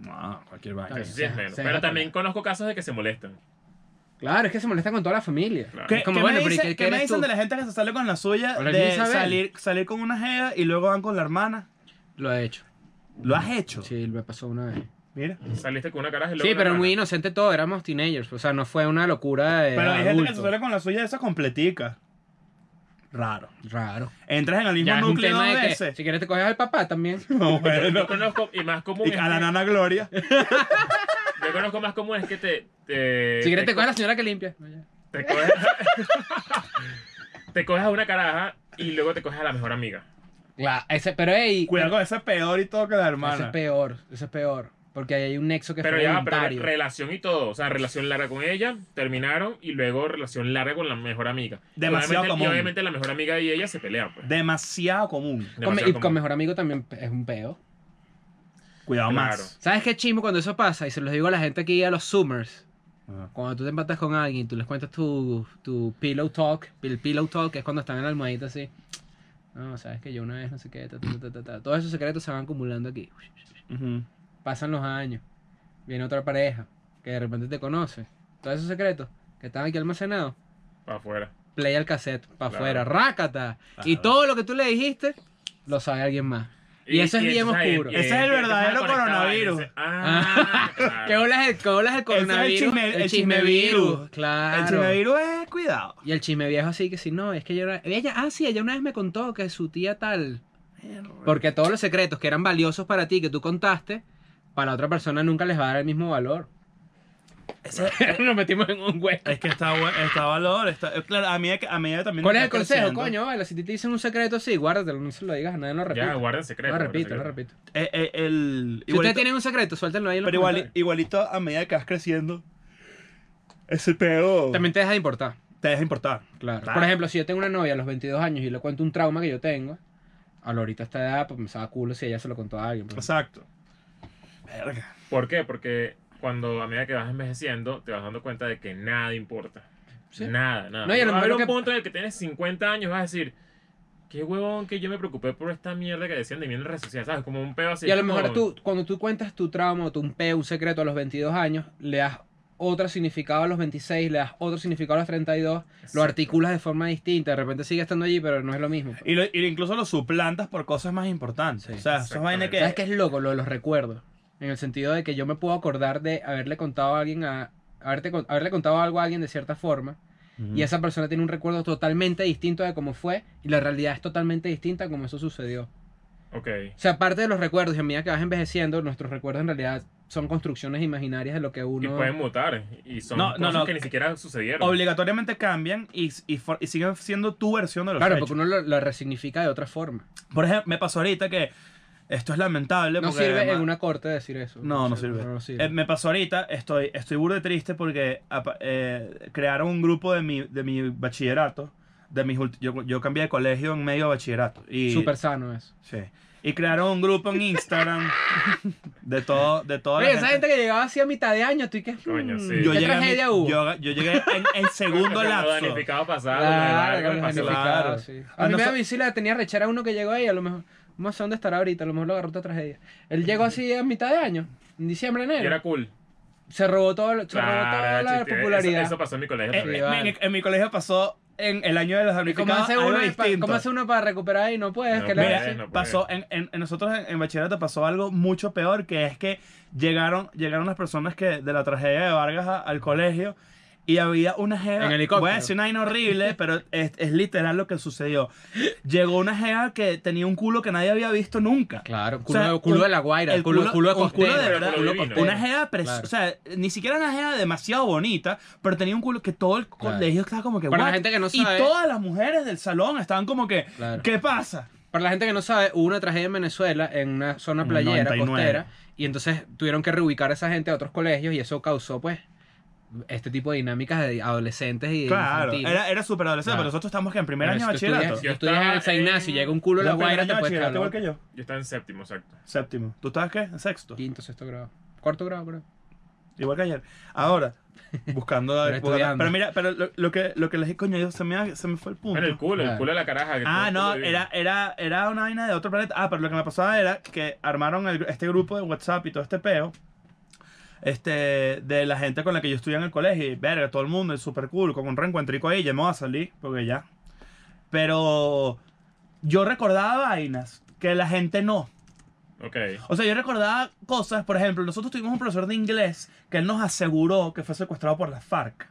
S3: No, Ah, cualquier
S4: Claro.
S3: vaina.
S2: Eso sí es
S4: se-
S2: menos.
S4: se
S2: Pero
S4: deja
S2: también conozco casos de que se molestan.
S4: Claro, es que se molesta con toda la familia.
S2: Claro.
S3: ¿Qué,
S4: Ah, Es como,
S3: qué
S4: bueno,
S3: me
S4: pero ¿y
S3: dicen,
S4: qué-
S3: qué
S4: qué
S3: me
S4: eres
S3: dicen
S4: tú?
S3: de la gente que se sale con la suya
S4: Con la
S3: de
S4: Isabel.
S3: salir, salir con una jeva y luego van con la hermana?
S4: Lo he hecho.
S3: ¿Lo has hecho?
S4: Sí, Eh, me pasó una vez.
S3: Mira.
S2: Saliste con una caraja y luego
S4: Sí,
S2: una
S4: pero
S2: hermana.
S4: muy inocente todo, éramos teenagers, o sea, no fue una locura de
S3: Pero hay gente que se
S4: adulto.
S3: sale con la suya de esas completicas. Raro.
S4: Raro.
S3: Entras en el mismo
S4: Ya es un
S3: núcleo
S4: tema
S3: dos
S4: de que
S3: veces.
S4: si quieres te coges al papá también.
S3: No, bueno.
S2: Yo conozco, y más común
S3: Y
S2: es
S3: a la
S2: que-
S3: nana Gloria.
S2: yo conozco más común es que te... te
S4: Si quieres te
S2: te
S4: coges a la señora que limpia. No, ya.
S2: Te coges, te coges a una caraja y luego te coges a la mejor amiga.
S4: Claro, ese, pero ey,
S3: Cuidado con ese peor y todo que la
S4: ese
S3: hermana.
S4: es peor, ese es peor. Porque ahí hay un nexo que
S2: Pero
S4: fue
S2: ya, va, pero
S4: voluntario.
S2: relación y todo. O sea, relación larga con ella, terminaron y luego relación larga con la mejor amiga. Y
S3: Demasiado
S2: obviamente-
S3: común.
S2: Y obviamente la mejor amiga y ella se pelean, pues.
S3: Demasiado común.
S4: Con-
S2: Demasiado
S4: y
S2: común.
S4: con mejor amigo también es un peo.
S3: Cuidado
S2: Claro.
S3: más.
S4: ¿Sabes qué chimo cuando eso pasa? Y se los digo a la gente aquí, a los Summers.
S3: Ajá.
S4: Cuando tú te empatas con alguien y tú les cuentas tu, tu pillow talk, el pillow talk, que es cuando están en la almohadita así. No, sabes que yo una vez no sé qué, ta, ta, ta, ta, ta. todos esos secretos se van acumulando aquí.
S3: Ujú.
S4: Pasan los años, viene otra pareja que de repente te conoce. Todos esos secretos que están aquí almacenados,
S2: Para afuera.
S4: play al cassette, para
S2: Claro.
S4: afuera, rácata. Y
S3: Claro.
S4: todo lo que tú le dijiste, lo sabe alguien más. Y eso es bien
S2: entonces ahí
S4: oscuro.
S2: empieza-
S3: Ese es el
S2: empieza a
S3: verdadero
S2: conectar
S3: coronavirus.
S2: vainas. Ah, claro.
S4: ¿Qué bolas el, qué bolas el
S3: es el
S4: coronavirus?
S3: chisme- el
S4: chismevirus,
S3: chismevirus.
S4: Claro.
S3: El coronavirus es cuidado.
S4: Y el chisme viejo así que si no, es que yo era... Ella, ah, sí, ella una vez me contó que su tía tal... Porque todos los secretos que eran valiosos para ti, que tú contaste, para la otra persona nunca les va a dar el mismo valor. Nos metimos en un hueco.
S3: Es que está, bu- está valor. Está, eh, claro, a mí, a mí también.
S4: ¿Cuál es
S3: está
S4: el consejo,
S3: creciendo.
S4: coño? Vale, si te dicen un secreto, sí, guárdatelo, no se lo digas a nadie, no lo repito.
S2: Ya, guarden secreto.
S4: no
S2: guarden
S4: repito, no
S2: secreto.
S4: repito.
S3: Eh, eh, el,
S4: Si
S3: igualito-
S4: ustedes tienen un secreto, suéltenlo ahí en los
S3: Pero igual,
S4: comentarios.
S3: igualito a medida que vas creciendo, ese pedo
S4: También te deja de importar.
S3: te deja importar.
S4: Claro.
S3: Claro.
S4: Por ejemplo, si yo tengo una novia a los 22 años y le cuento un trauma que yo tengo, a la ahorita a esta edad, pues me estaba culo si ella se lo contó a alguien. pues.
S3: Exacto. Verga.
S2: ¿Por qué? Porque cuando a medida que vas envejeciendo, te vas dando cuenta de que nada importa.
S4: Sí.
S2: Nada, nada.
S4: No,
S2: No,
S4: y a lo
S2: va a haber
S4: mejor
S2: un
S4: que-
S2: punto en el que tienes 50 años, vas a decir, qué huevón que yo me preocupé por esta mierda que decían de mí en las redes sociales, ¿sabes? Como un pedo así.
S4: y a lo
S2: como-
S4: mejor tú, cuando tú cuentas tu trauma o tu un peo, un secreto a los 22 años, le das otro significado a los 26, le das otro significado a los 32, lo articulas de forma distinta, de repente sigue estando allí, pero no es lo mismo.
S3: Y, lo- y incluso lo suplantas por cosas más importantes.
S4: Sí,
S3: o sea, esas vainas
S2: exactamente.
S3: que.
S4: ¿Sabes qué es loco? Lo de los recuerdos. En el sentido de que yo me puedo acordar de haberle contado a alguien a... haberte con- haberle contado algo a alguien de cierta forma
S3: Ujú.
S4: y esa persona tiene un recuerdo totalmente distinto de cómo fue y la realidad es totalmente distinta a cómo eso sucedió.
S2: Ok.
S4: O sea, aparte de los recuerdos, y a medida que vas envejeciendo, nuestros recuerdos en realidad son construcciones imaginarias de lo que
S2: Y
S4: uno...
S2: pueden mutar. Y son
S3: No, no,
S2: cosas
S3: no.
S2: que ni siquiera sucedieron.
S3: Obligatoriamente cambian y, y, for- y siguen siendo tu versión de los
S4: Claro,
S3: hechos.
S4: porque uno lo, lo resignifica de otra forma.
S3: Por ejemplo, me pasó ahorita que esto es lamentable.
S4: No
S3: porque
S4: sirve
S3: además-
S4: en una corte decir eso.
S3: No, no sirve. Eh, me pasó ahorita, estoy, estoy burde triste porque apa- eh, crearon un grupo de mi, de mi bachillerato. De mis ulti- yo, yo cambié de colegio en medio de bachillerato. Y,
S4: Súper sano eso.
S3: Sí. Y crearon un grupo en Instagram de todo, de toda la
S4: Oye, esa gente que llegaba así a mitad de año, tú y que...
S2: Coño,
S4: mm,
S2: sí.
S4: ¿Qué
S3: Yo llegué, a mi-
S4: tragedia hubo?
S3: yo, yo llegué en, en segundo
S2: Lo
S3: lapso.
S2: Planificado pasado. lo de
S4: Claro,
S2: largo,
S4: con
S2: el
S4: los
S2: pasado.
S3: planificado.
S4: planificados,
S3: Claro.
S4: sí.
S3: Ah,
S4: A mí
S3: no
S4: me
S3: sa-
S4: da misil, la tenía rechera uno que llegó ahí, a lo mejor... No sé dónde estará ahorita, a lo mejor lo agarró otra tragedia. Él llegó así a mitad de año, en diciembre,
S2: Y
S4: enero.
S2: era cool.
S4: Se robó, todo, lo- se robó toda
S2: Claro,
S4: la
S2: chiste,
S4: popularidad.
S2: Eso, eso pasó en mi colegio
S3: Eh,
S2: también.
S4: Sí,
S3: en, en mi colegio pasó en el año de los
S4: ¿Y ¿Cómo
S3: damnificados
S4: hace,
S3: algo
S4: uno pa-
S3: distinto.
S4: ¿Cómo hace uno para recuperar ahí? No puedes.
S2: No
S4: que la-
S2: puedes.
S3: Mira,
S2: no puede.
S3: pasó
S4: pues.
S3: en, en- en nosotros en, en bachillerato pasó algo mucho peor que es que llegaron llegaron las personas que de la tragedia de Vargas a- al colegio y había una jeva
S4: En helicóptero.
S3: voy a decir una vaina horrible pero es, es literal lo que sucedió llegó una jeva que tenía un culo que nadie había visto nunca
S4: Claro,
S3: O sea, un- el culo- un culo de
S2: verdad,
S4: culo
S2: divino.
S4: costero.
S3: una jeva pres-
S4: Claro.
S3: o sea ni siquiera una jeva demasiado bonita pero tenía un culo que todo el
S4: Claro.
S3: colegio estaba como que
S4: Para la
S3: "What?".
S4: gente que no
S3: y
S4: sabe-
S3: todas las mujeres del salón estaban como que
S4: Claro.
S3: qué pasa
S4: Para la gente que no sabe, hubo una tragedia en Venezuela, en una zona
S3: En el
S4: playera,
S3: 99.
S4: costera, y entonces tuvieron que reubicar a esa gente a otros colegios y eso causó, pues, este tipo de dinámicas de adolescentes y de
S3: Claro,
S4: infantiles.
S3: era, era súper adolescente,
S4: Claro.
S3: pero nosotros estamos que en primer
S4: Pero
S3: año
S4: si
S3: de
S4: tú estudias-
S3: bachillerato.
S4: Si
S2: Yo
S4: estudias en el
S2: estaba
S4: San Ignacio y
S2: en-
S4: llega un culo
S3: Yo
S4: a la
S3: en primer
S4: guaira,
S3: año
S4: te
S3: de
S4: puedes quedar
S3: bachillerato igual que yo.
S2: Yo estaba en séptimo, exacto.
S3: Séptimo. ¿Tú estabas qué? En sexto.
S4: Quinto, sexto grado. Cuarto grado, creo.
S3: Igual que ayer. Ahora, buscando. buscando-
S4: estudiando.
S3: pero mira, pero lo, lo que, lo que les dije, coño, yo- se, me, se me fue el punto.
S2: Bueno, Ah, el culo,
S4: Claro.
S2: el culo de la caraja. que todo
S3: Ah,
S2: el
S3: no,
S2: culo divino.
S3: era, era, era una vaina de otro planeta. Ah, pero lo que me pasaba era que armaron el- este grupo de WhatsApp y todo este peo. Este, de la gente con la que yo estudié en el colegio. Y verga, todo el mundo, es súper cool. Como un reencuentrico ahí, ya me voy a salir, porque ya. Pero yo recordaba vainas que la gente no.
S2: Ok.
S3: O sea, yo recordaba cosas, por ejemplo, nosotros tuvimos un profesor de inglés que él nos aseguró que fue secuestrado por las FARC.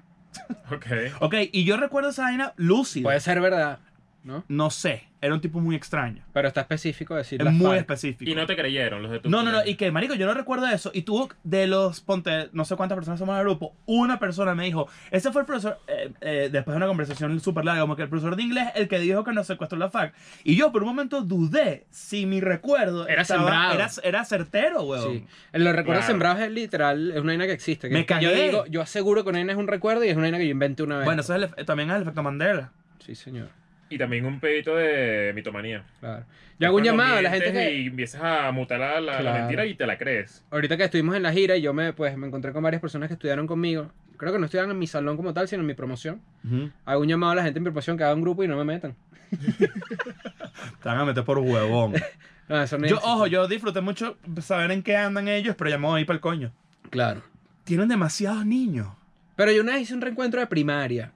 S2: Ok.
S3: Ok, y yo recuerdo esa vaina lúcida.
S4: Puede ser verdad. ¿no?
S3: No sé, era un tipo muy extraño.
S4: Pero está específico decir
S3: Es
S4: las
S3: muy
S4: FARC.
S3: específico.
S2: Y no te creyeron los de tu
S3: No, no, no, y que, marico, yo no recuerdo eso. Y tuvo de los, ponte, no sé cuántas personas somos en el grupo, una persona me dijo, ese fue el profesor, eh, eh, después de una conversación súper larga, como que el profesor de inglés, el que dijo que nos secuestró la FAC. Y yo por un momento dudé si mi recuerdo
S4: Era sembrado.
S3: Era, era certero, weón.
S4: Sí. Los recuerdos
S2: Claro.
S4: sembrados es literal, es una vaina que existe. que
S3: Me
S4: es que Yo
S3: cagué.
S4: digo, yo aseguro que una vaina es un recuerdo y es una vaina que yo inventé una vez.
S3: Bueno, eso es el ef- también es el efecto Mandela.
S4: Sí, señor.
S2: Y también un pedito de mitomanía.
S4: Claro. Yo hago un
S2: Cuando
S4: llamado a la gente
S2: mientes
S4: que.
S2: Y empiezas a mutar la, la- la
S4: Claro.
S2: mentira y te la crees.
S4: Ahorita que estuvimos en la gira y yo me, pues, me encontré con varias personas que estudiaron conmigo. Creo que no estudiaron en mi salón como tal, sino en mi promoción. Hago un llamado a la gente en mi promoción que haga un grupo y no me metan.
S3: Te van a meter por huevón.
S4: No, eso no
S3: yo,
S4: existe.
S3: ojo, yo disfruté mucho saber en qué andan ellos, pero ya me voy a ir para el coño.
S4: Claro.
S3: Tienen demasiados niños.
S4: Pero yo una vez hice un reencuentro de primaria.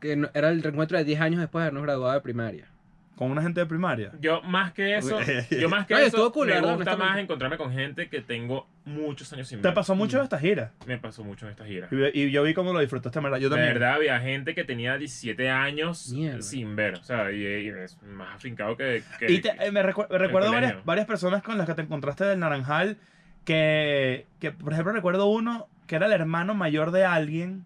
S4: Que no- era el reencuentro de 10 años después de habernos graduado de primaria.
S3: Con una gente de primaria.
S2: Yo más que eso, yo más que
S4: Oye,
S2: eso,
S4: estuvo cool,
S2: me
S4: ¿verdad?
S2: gusta más
S4: Honestamente.
S2: encontrarme con gente que tengo muchos años sin
S3: ¿Te
S2: ver.
S3: pasó mucho esta gira?
S2: Me pasó mucho en esta gira.
S3: Y, y yo vi cómo lo disfrutaste, en ¿verdad? Yo
S2: De
S3: también.
S2: verdad, había gente que tenía 17 años
S4: Mierda.
S2: sin ver. O sea, y, y es más afincado que... que-
S3: Y te- eh, me recu- recuerdo
S2: colegio.
S3: varias, varias personas con las que te encontraste del Naranjal que, que, por ejemplo, recuerdo uno que era el hermano mayor de alguien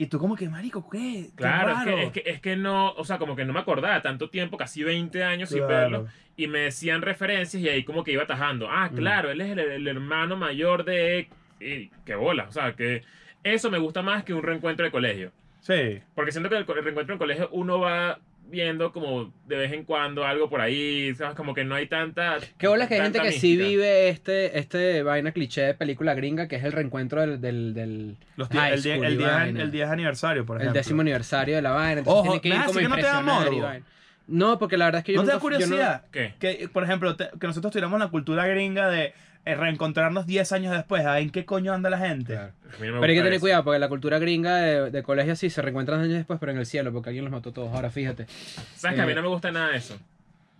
S3: y tú como que, marico, ¿qué? Qué
S2: Claro, es
S3: raro".
S2: que, es, que, es que no, o sea, como que no me acordaba tanto tiempo, casi 20 años sin
S3: Claro.
S2: verlo, y me decían referencias y ahí como que iba tajando. Ah,
S4: Mm.
S2: claro, él es el, el hermano mayor de... Y qué bola, o sea, que eso me gusta más que un reencuentro de colegio.
S3: Sí.
S2: Porque siento que el, co- el reencuentro en colegio uno va viendo como de vez en cuando algo por ahí, ¿sabes? Como que no hay tanta...
S4: Qué bola es que hay gente
S2: tanta
S4: que sí
S2: mística.
S4: vive este, este vaina cliché de película gringa, que es el reencuentro del, del, del-
S3: Los
S4: High
S3: die- el, die-
S4: school
S3: el
S4: y
S3: diez an-
S4: vaina.
S3: el 10 aniversario, por
S4: el
S3: ejemplo.
S4: décimo aniversario de la vaina. Entonces
S3: Ojo,
S4: tiene que ir
S3: nada,
S4: como
S3: así que no te da
S4: impresionar y
S3: morbo.
S4: vaina. No, porque la verdad es que yo
S3: ¿No te da
S4: nunca fu- yo no-
S3: curiosidad?
S2: ¿Qué?
S3: Que, por ejemplo, te- que nosotros tuviéramos la cultura gringa de eh, reencontrarnos 10 años después. ¿ah? ¿En qué coño anda la gente?
S4: Claro.
S2: A mí no me
S4: Pero hay que
S2: gusta
S4: tener
S2: eso.
S4: cuidado, porque la cultura gringa de, de colegio sí se reencuentran años después, pero en el cielo, porque alguien los mató todos. Ahora fíjate.
S2: ¿Sabes que a mí
S4: Eh,
S2: no me gusta nada de eso?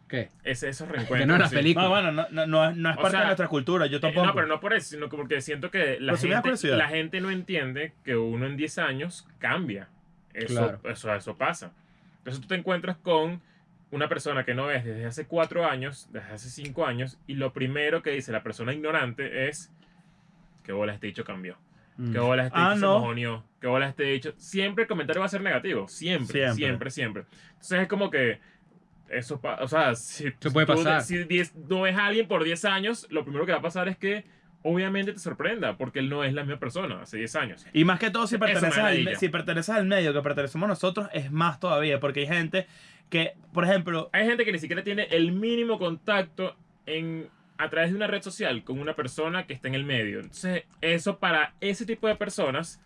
S4: ¿Qué?
S2: Ese, esos reencuentros.
S4: Que no en las
S2: sí.
S4: películas.
S3: No, bueno, no, no, no es- no es
S2: O
S3: parte
S2: sea,
S3: de nuestra cultura, yo
S2: Eh,
S3: tampoco.
S2: No, pero no por eso, sino que porque siento que la,
S3: Pero sí me da
S2: gente,
S3: curiosidad.
S2: la gente no entiende que uno en 10 años cambia. Eso,
S4: Claro.
S2: eso, eso pasa. Entonces tú te encuentras con una persona que no ves desde hace 4 años, desde hace 5 años, y lo primero que dice la persona ignorante es, ¿qué bola este dicho cambió?
S4: Mm.
S2: ¿Qué bola este
S3: Ah,
S2: dicho se
S3: no.
S2: mojoneó? ¿Qué bola este dicho? Siempre el comentario va a ser negativo, siempre,
S3: Siempre.
S2: siempre, siempre. Entonces es como que... Eso, pa- o sea, si
S4: Se puede
S2: tú-
S4: pasar.
S2: si diez- no ves a alguien por 10 años, lo primero que va a pasar es que obviamente te sorprenda, porque él no es la misma persona hace 10 años.
S3: Y más que todo, si
S2: Eso me
S3: perteneces,
S2: da
S3: al,
S2: ladilla.
S3: si perteneces al medio que pertenecemos nosotros, es más todavía, porque hay gente que, por ejemplo,
S2: Hay gente que ni siquiera tiene el mínimo contacto en, a través de una red social con una persona que está en el medio. Entonces, eso para ese tipo de personas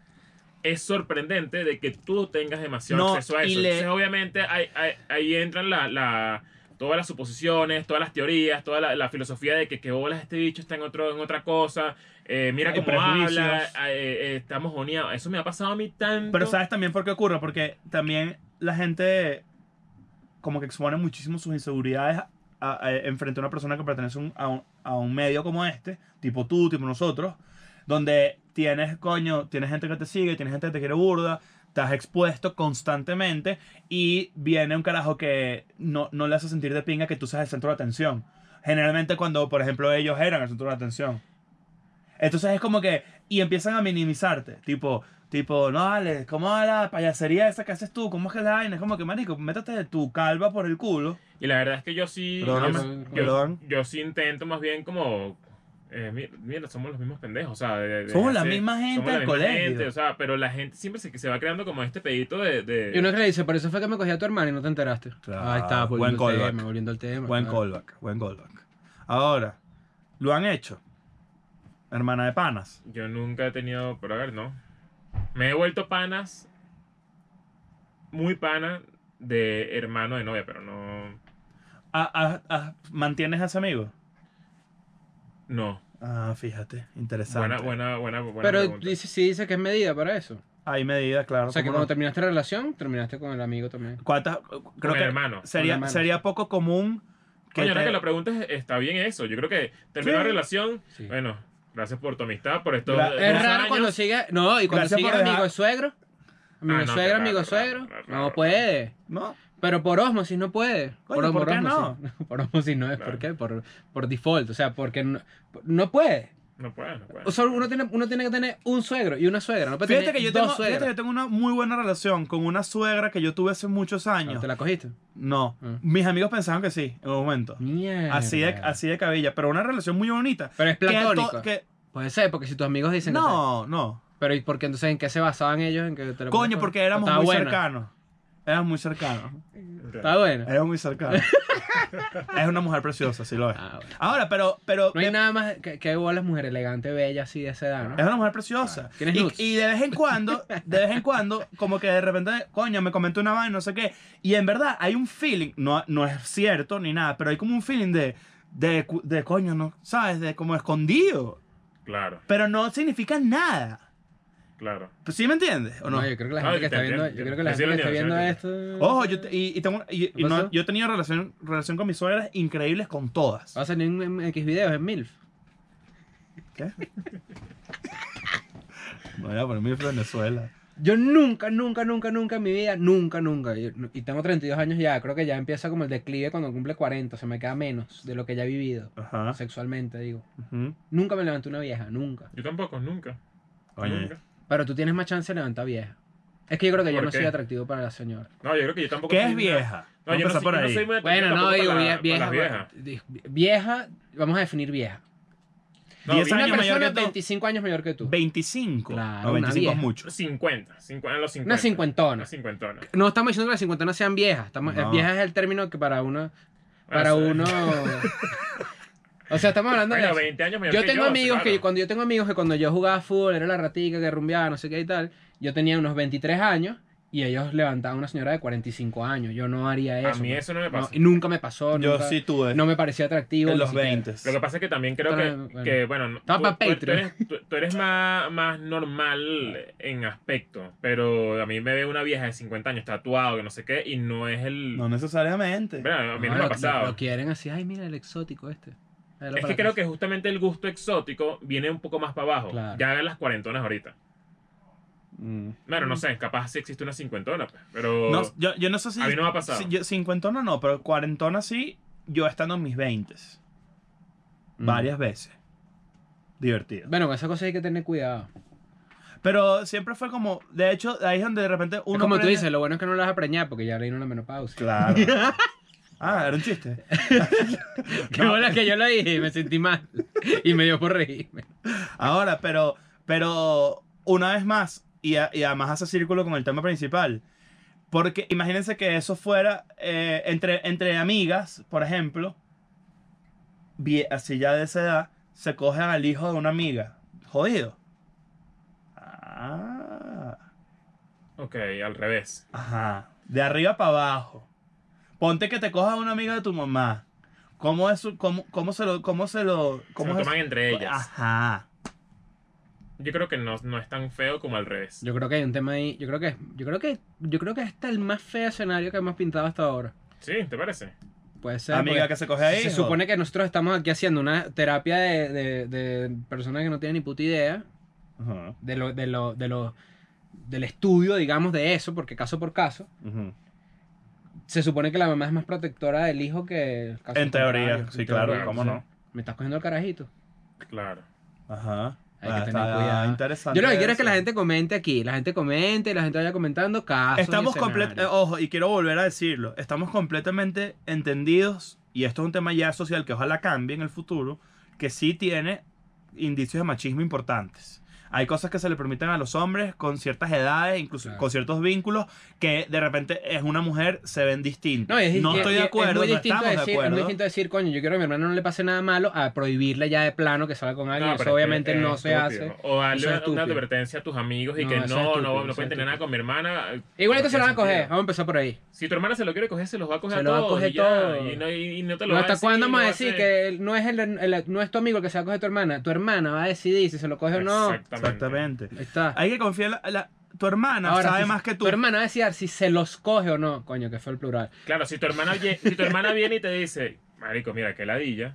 S2: es sorprendente de que tú tengas demasiado
S3: No,
S2: acceso a
S3: y
S2: eso.
S3: le-
S2: Entonces, obviamente, ahí, ahí- ahí entran la- la- todas las suposiciones, todas las teorías, toda la, la filosofía de que qué bolas este bicho está en, otro, en otra cosa, eh, mira
S3: Hay
S2: cómo habla,
S3: prejuicios.
S2: eh, eh, está mojoneado. Eso me ha pasado a mí tanto.
S3: pero ¿sabes también por qué ocurre? Porque también la gente como que expone muchísimo sus inseguridades a- a- a- en frente a una persona que pertenece un- a, un, a un medio como este, tipo tú, tipo nosotros, donde tienes, coño, tienes gente que te sigue, tienes gente que te quiere burda, estás expuesto constantemente y viene un carajo que no, no le hace sentir de pinga que tú seas el centro de atención. Generalmente cuando, por ejemplo, ellos eran el centro de atención. Entonces es como que, y empiezan a minimizarte, tipo, tipo, no, Alex, ¿cómo es la payasería esa que haces tú? ¿Cómo es que la vaina? Es como que, marico, métate tu calva por el culo.
S2: Y la verdad es que yo sí.
S3: Perdóname,
S2: yo- yo-
S3: perdón.
S2: yo sí intento más bien como. eh, mi- mira, somos los mismos pendejos, o sea, de- de- de
S3: Somos la
S2: hace-
S3: misma gente
S2: somos la
S3: del
S2: misma
S3: colegio.
S2: gente, o sea, pero la gente siempre se, se va creando como este pedito de. de-
S4: Y uno que le dice, por eso fue que me cogí a tu hermana y no te enteraste.
S3: Claro,
S4: Ahí está, volviendo
S3: buen
S4: al
S3: callback.
S4: tema, volviendo al tema.
S3: Buen
S4: claro.
S3: callback, buen callback. Ahora, lo han hecho. Hermana de panas.
S2: Yo nunca he tenido. Pero a ver, no. Me he vuelto panas. Muy pana de hermano de novia, pero no.
S3: Ah, ah, ah, ¿Mantienes a ese amigo?
S2: No.
S3: Ah, fíjate, interesante.
S2: Buena, buena, buena, buena.
S4: Pero
S2: pregunta.
S4: dice, sí dice que es medida para eso.
S3: Hay medidas, claro.
S4: O sea, que
S3: cómo
S4: cuando
S3: no.
S4: terminaste la relación, terminaste con el amigo también.
S3: ¿Cuántas? Creo
S2: el
S3: que
S2: hermano.
S3: Sería,
S4: Con el hermano.
S3: sería poco común que
S2: Coño, ahora
S3: te-
S2: que lo preguntas, está bien eso. Yo creo que terminó la
S3: Sí.
S2: relación.
S4: Sí.
S2: Bueno, gracias por tu amistad, por estos.
S3: Gra-
S2: dos
S3: Es
S4: Es raro
S2: años.
S4: cuando sigue. No, y cuando
S3: Gracias
S4: sigue
S3: por dejar-
S4: amigo de suegro. Amigo
S2: Ah,
S4: de
S2: no,
S4: suegro,
S2: qué
S4: amigo
S2: raro,
S4: de suegro.
S2: raro, raro,
S4: No
S2: raro.
S4: puede.
S3: ¿No?
S4: Pero por osmosis no puede.
S3: Coño, ¿por qué
S4: osmosis. Por osmosis no es.
S2: Claro.
S4: ¿Por qué? Por, por default. O sea, porque no, no puede.
S2: No puedes, no puedes.
S4: O sea, uno tiene, uno tiene que tener un suegro y una suegra. No puede
S3: Fíjate
S4: tener
S3: que, yo
S4: dos
S3: tengo, fíjate
S4: suegras.
S3: que yo tengo una muy buena relación con una suegra que yo tuve hace muchos
S4: Ah,
S3: años.
S4: ¿Te la cogiste?
S3: No,
S4: Ah.
S3: mis amigos pensaban que sí, en un momento.
S4: Mierda.
S3: Así de, así de cabilla, pero una relación muy bonita.
S4: Pero es
S3: Que to-
S4: platónico.
S3: que-
S4: Puede ser, porque si tus amigos dicen que
S3: no, no.
S4: tal. Pero ¿y por qué entonces en qué se basaban ellos? En que te
S3: Coño,
S4: la cogiste?
S3: porque éramos
S4: Estaba
S3: muy
S4: buena.
S3: cercanos. Eh. Éramos muy cercanos.
S2: Ok.
S4: Está bueno.
S3: Éramos muy cercanos. es una mujer preciosa, sí lo es.
S4: Ah, bueno.
S3: Ahora, pero, pero
S4: No hay nada más que, que bolas mujer elegante, bella, así de esa edad,
S3: es
S4: ¿no?
S3: una mujer preciosa.
S4: Ah, ¿tienes
S3: Y,
S4: nudes?
S3: y de vez en cuando, de vez en cuando, como que de repente, coño, me comentó una vaina, no sé qué. Y en verdad hay un feeling, no, no es cierto ni nada, pero hay como un feeling de, de, cu- de coño, ¿no? ¿Sabes? De como escondido.
S2: Claro,
S3: Pero no significa nada.
S2: claro.
S3: ¿Sí me entiendes o no?
S4: No, yo creo que la
S2: Ah,
S4: gente que
S2: te
S4: está viendo,
S2: entiendo,
S4: yo creo que la
S2: te
S4: gente que está
S2: entiendo,
S4: viendo
S2: te
S4: esto.
S3: Ojo, yo, te- y, y tengo, y- y
S4: ¿Qué
S3: no-
S4: pasó?
S3: yo he tenido relación, relación con mis suegras increíbles con todas.
S4: Va a salir en, en X videos, en MILF.
S3: ¿Qué? Bueno, por mí es Venezuela.
S4: Yo nunca, nunca, nunca, nunca en mi vida, nunca, nunca. yo- y tengo 32 años ya, creo que ya empieza como el declive cuando cumple 40, se me queda menos de lo que ya he vivido
S3: Ajá.
S4: sexualmente, digo.
S3: ujú.
S4: Nunca me levanté una vieja, nunca.
S2: Yo tampoco, nunca.
S3: Coño.
S2: Nunca.
S4: Pero tú tienes más chance de levantar vieja. Es que yo creo que yo
S2: ¿Por
S4: no
S2: qué?
S4: soy atractivo para la señora.
S2: No, yo creo que yo tampoco.
S3: ¿Qué
S2: soy
S3: es
S2: una-
S3: vieja?
S2: No, yo no, soy,
S3: Vamos a empezar
S2: yo no soy muy
S4: Bueno,
S2: atractivo
S4: no,
S2: tampoco
S4: digo
S2: para
S4: vie-
S2: la-
S4: vieja,
S2: para las
S4: bueno,
S2: viejas.
S4: di- vieja. Vamos a definir vieja.
S2: No,
S3: Diez
S2: vieja
S4: Una
S3: años mayor
S4: persona
S3: que tú.
S4: 25 años mayor que tú.
S3: 25.
S4: Claro,
S3: no,
S4: una
S3: 25 es
S4: vieja.
S3: mucho.
S2: 50, cincu- en los 50.
S4: Una cincuentona.
S2: Una cincuentona.
S4: No estamos diciendo que las cincuentonas sean viejas. Estamos,
S3: No.
S4: Vieja es el término que para uno.
S2: Bueno,
S4: Para
S2: Ah, sí.
S4: uno. o sea, estamos hablando de.
S2: Bueno,
S4: eso.
S2: 20 años mayor
S4: Yo
S2: que
S4: tengo
S2: yo,
S4: amigos que
S2: claro.
S4: cuando yo tengo amigos que cuando yo jugaba fútbol era la ratica que rumbeaba, no sé qué y tal. Yo tenía unos 23 años y ellos levantaban a una señora de 45 años. Yo no haría eso.
S2: A mí
S4: man.
S2: eso no me
S4: No,
S2: pasa.
S4: y nunca me pasó.
S3: Yo
S4: nunca-
S3: sí tuve.
S4: No me parecía atractivo.
S3: en
S4: ni
S3: los
S4: siquiera.
S3: 20.
S2: Lo que pasa es que también creo
S4: Otra
S2: que,
S4: vez, bueno.
S2: que, bueno, no-
S4: Estaba
S2: tú,
S4: pa'
S2: tú- tú
S4: Patreon.
S2: eres, tú- tú eres más, más normal en aspecto, pero a mí me ve una vieja de 50 años tatuado, que no sé qué, y no es el...
S3: No necesariamente.
S2: Bueno, a mí no,
S4: No,
S2: me
S4: lo-
S2: ha pasado.
S4: Lo, lo quieren así. Ay, mira el exótico este. Dale
S2: es
S4: para
S2: que creo
S4: atrás.
S2: que justamente el gusto exótico viene un poco más para abajo,
S4: Claro.
S2: ya en las cuarentonas ahorita.
S4: Mm.
S2: Bueno, no sé, capaz sí existe una cincuentona, pues, pero...
S3: No, yo, yo no sé si.
S2: A mí no me ha pasado.
S3: si yo- cincuentona no, pero cuarentona sí. Yo estando en mis 20.
S4: Mm.
S3: Varias veces. Divertido.
S4: Bueno, con esas cosas hay que tener cuidado.
S3: Pero siempre fue como. De hecho, ahí es donde de repente uno.
S4: es como tú
S3: aprende-
S4: dices, lo bueno es que no las vas a preñar porque ya le vino la menopausia.
S3: Claro. ah, era un chiste.
S4: Qué bola que yo lo dije y me sentí mal. Y me dio por reírme.
S3: Ahora, pero, pero una vez más, y, a- y además hace círculo con el tema principal, porque imagínense que eso fuera eh, entre, entre amigas, por ejemplo, vie- así ya de esa edad, se cogen al hijo de una amiga. Jodido. Ah,
S2: Ok, al revés.
S3: ajá. De arriba para abajo. Ponte que te cojas a una amiga de tu mamá. ¿Cómo es su- cómo, cómo se lo, cómo se lo,
S2: ¿Cómo
S3: cómo
S2: se lo
S3: es-
S2: toman
S4: Ah.
S2: entre ellas.
S3: Ajá.
S2: Yo creo que no, no es tan feo como al revés.
S4: Yo creo que hay un tema ahí. Yo creo que yo creo que yo creo que este es el más feo escenario que hemos pintado hasta ahora.
S2: ¿Sí? ¿Te parece?
S4: Puede ser.
S3: Amiga
S4: porque
S3: que se coge ahí.
S4: pues, se supone que nosotros estamos aquí haciendo una terapia de, de- de personas que no tienen ni puta idea
S3: Ajá.
S4: de lo, de lo, de lo, del estudio, digamos, de eso, porque caso por caso.
S3: Ujú.
S4: Se supone que la mamá es más protectora del hijo que el caso
S3: En teoría,
S4: contrario.
S3: sí,
S4: En
S3: claro,
S4: teoría,
S3: cómo
S4: o sea,
S3: no.
S4: Me estás cogiendo el carajito.
S2: Claro.
S3: Ajá.
S4: Hay
S3: Ah,
S4: que tener
S3: está
S4: cuidado.
S3: Interesante.
S4: Yo lo que quiero es que
S3: eso.
S4: la gente comente aquí, la gente comente y la gente vaya comentando casos. y
S3: Estamos eh, oh, completamente.
S4: escenarios.
S3: Ojo, y quiero volver a decirlo. Estamos completamente entendidos, y esto es un tema ya social que ojalá cambie en el futuro, que sí tiene indicios de machismo importantes. Hay cosas que se le permiten a los hombres con ciertas edades, incluso
S4: Claro.
S3: con ciertos vínculos, que de repente es una mujer, se ven distintas.
S4: No, y es- y-
S3: estoy
S4: y-
S3: de
S4: es
S3: acuerdo,
S4: muy
S3: no estamos
S4: distinto
S3: de
S4: decir- Es muy
S3: acuerdo.
S4: distinto decir, coño, yo quiero que a mi hermano no le pase nada malo, a prohibirle ya de plano que salga con alguien.
S2: No, pero es
S4: Ah, eso
S2: que
S4: obviamente
S2: es
S4: no se hace.
S2: estúpido. O darle
S4: Eso es
S2: una- una
S4: estúpido.
S2: advertencia a tus amigos y
S4: No,
S2: que
S4: eso es
S2: no,
S4: estúpido,
S2: no,
S4: eso
S2: no
S4: es
S2: pueden tener nada
S4: estúpido.
S2: con mi hermana.
S4: Igualito
S2: No
S4: se lo van
S2: tiene
S4: a coger,
S2: sentido.
S4: vamos a empezar por ahí.
S2: Si tu hermana se lo quiere coger, se los va a coger
S4: Se
S2: a
S4: lo va a
S2: todos.
S4: coger
S2: y ya,
S4: todo.
S2: Y no, y- y no te lo va
S4: No, ¿Hasta
S2: decir,
S4: cuándo
S2: no
S4: vamos a
S2: va
S4: decir
S2: hacer.
S4: que él no es, el, el- no es tu amigo el que se va a coger tu hermana? Tu hermana va a decidir si se lo coge o no. Ahí
S3: Exactamente.
S4: está.
S3: Hay que confiar. la- la- tu hermana sabe
S4: si-
S3: más que tú.
S4: Tu hermana va a decidir si se los coge o no. Coño, que fue el plural.
S2: Claro, si tu hermana, lle- si tu hermana viene y te dice, Marico, mira, qué ladilla.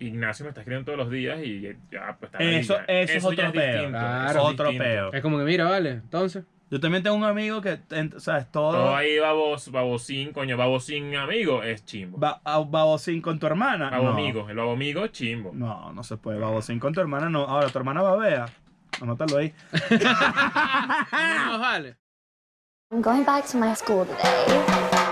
S2: Ignacio me está escribiendo todos los días y ya, pues está.
S3: Eso-
S2: ladilla".
S3: eso es
S2: ya
S3: otro peo.
S2: distinto,
S4: Claro.
S2: eso es
S3: Otro
S2: distinto.
S3: peo.
S4: Es como que, mira, vale, entonces.
S3: Yo también tengo un amigo que, en- sabes,
S2: Todo
S3: todo
S2: ahí babos, babosín, coño, babosín amigo es chimbo.
S3: ba- a- babosín con tu hermana.
S2: Babo
S3: no.
S2: amigo, el babo amigo es chimbo.
S3: No, no se puede. Babosín con tu hermana no. Ahora, tu hermana babea. Anótalo ahí.
S4: No, vale.
S3: ¡Ah!
S1: I'm going back to my school today.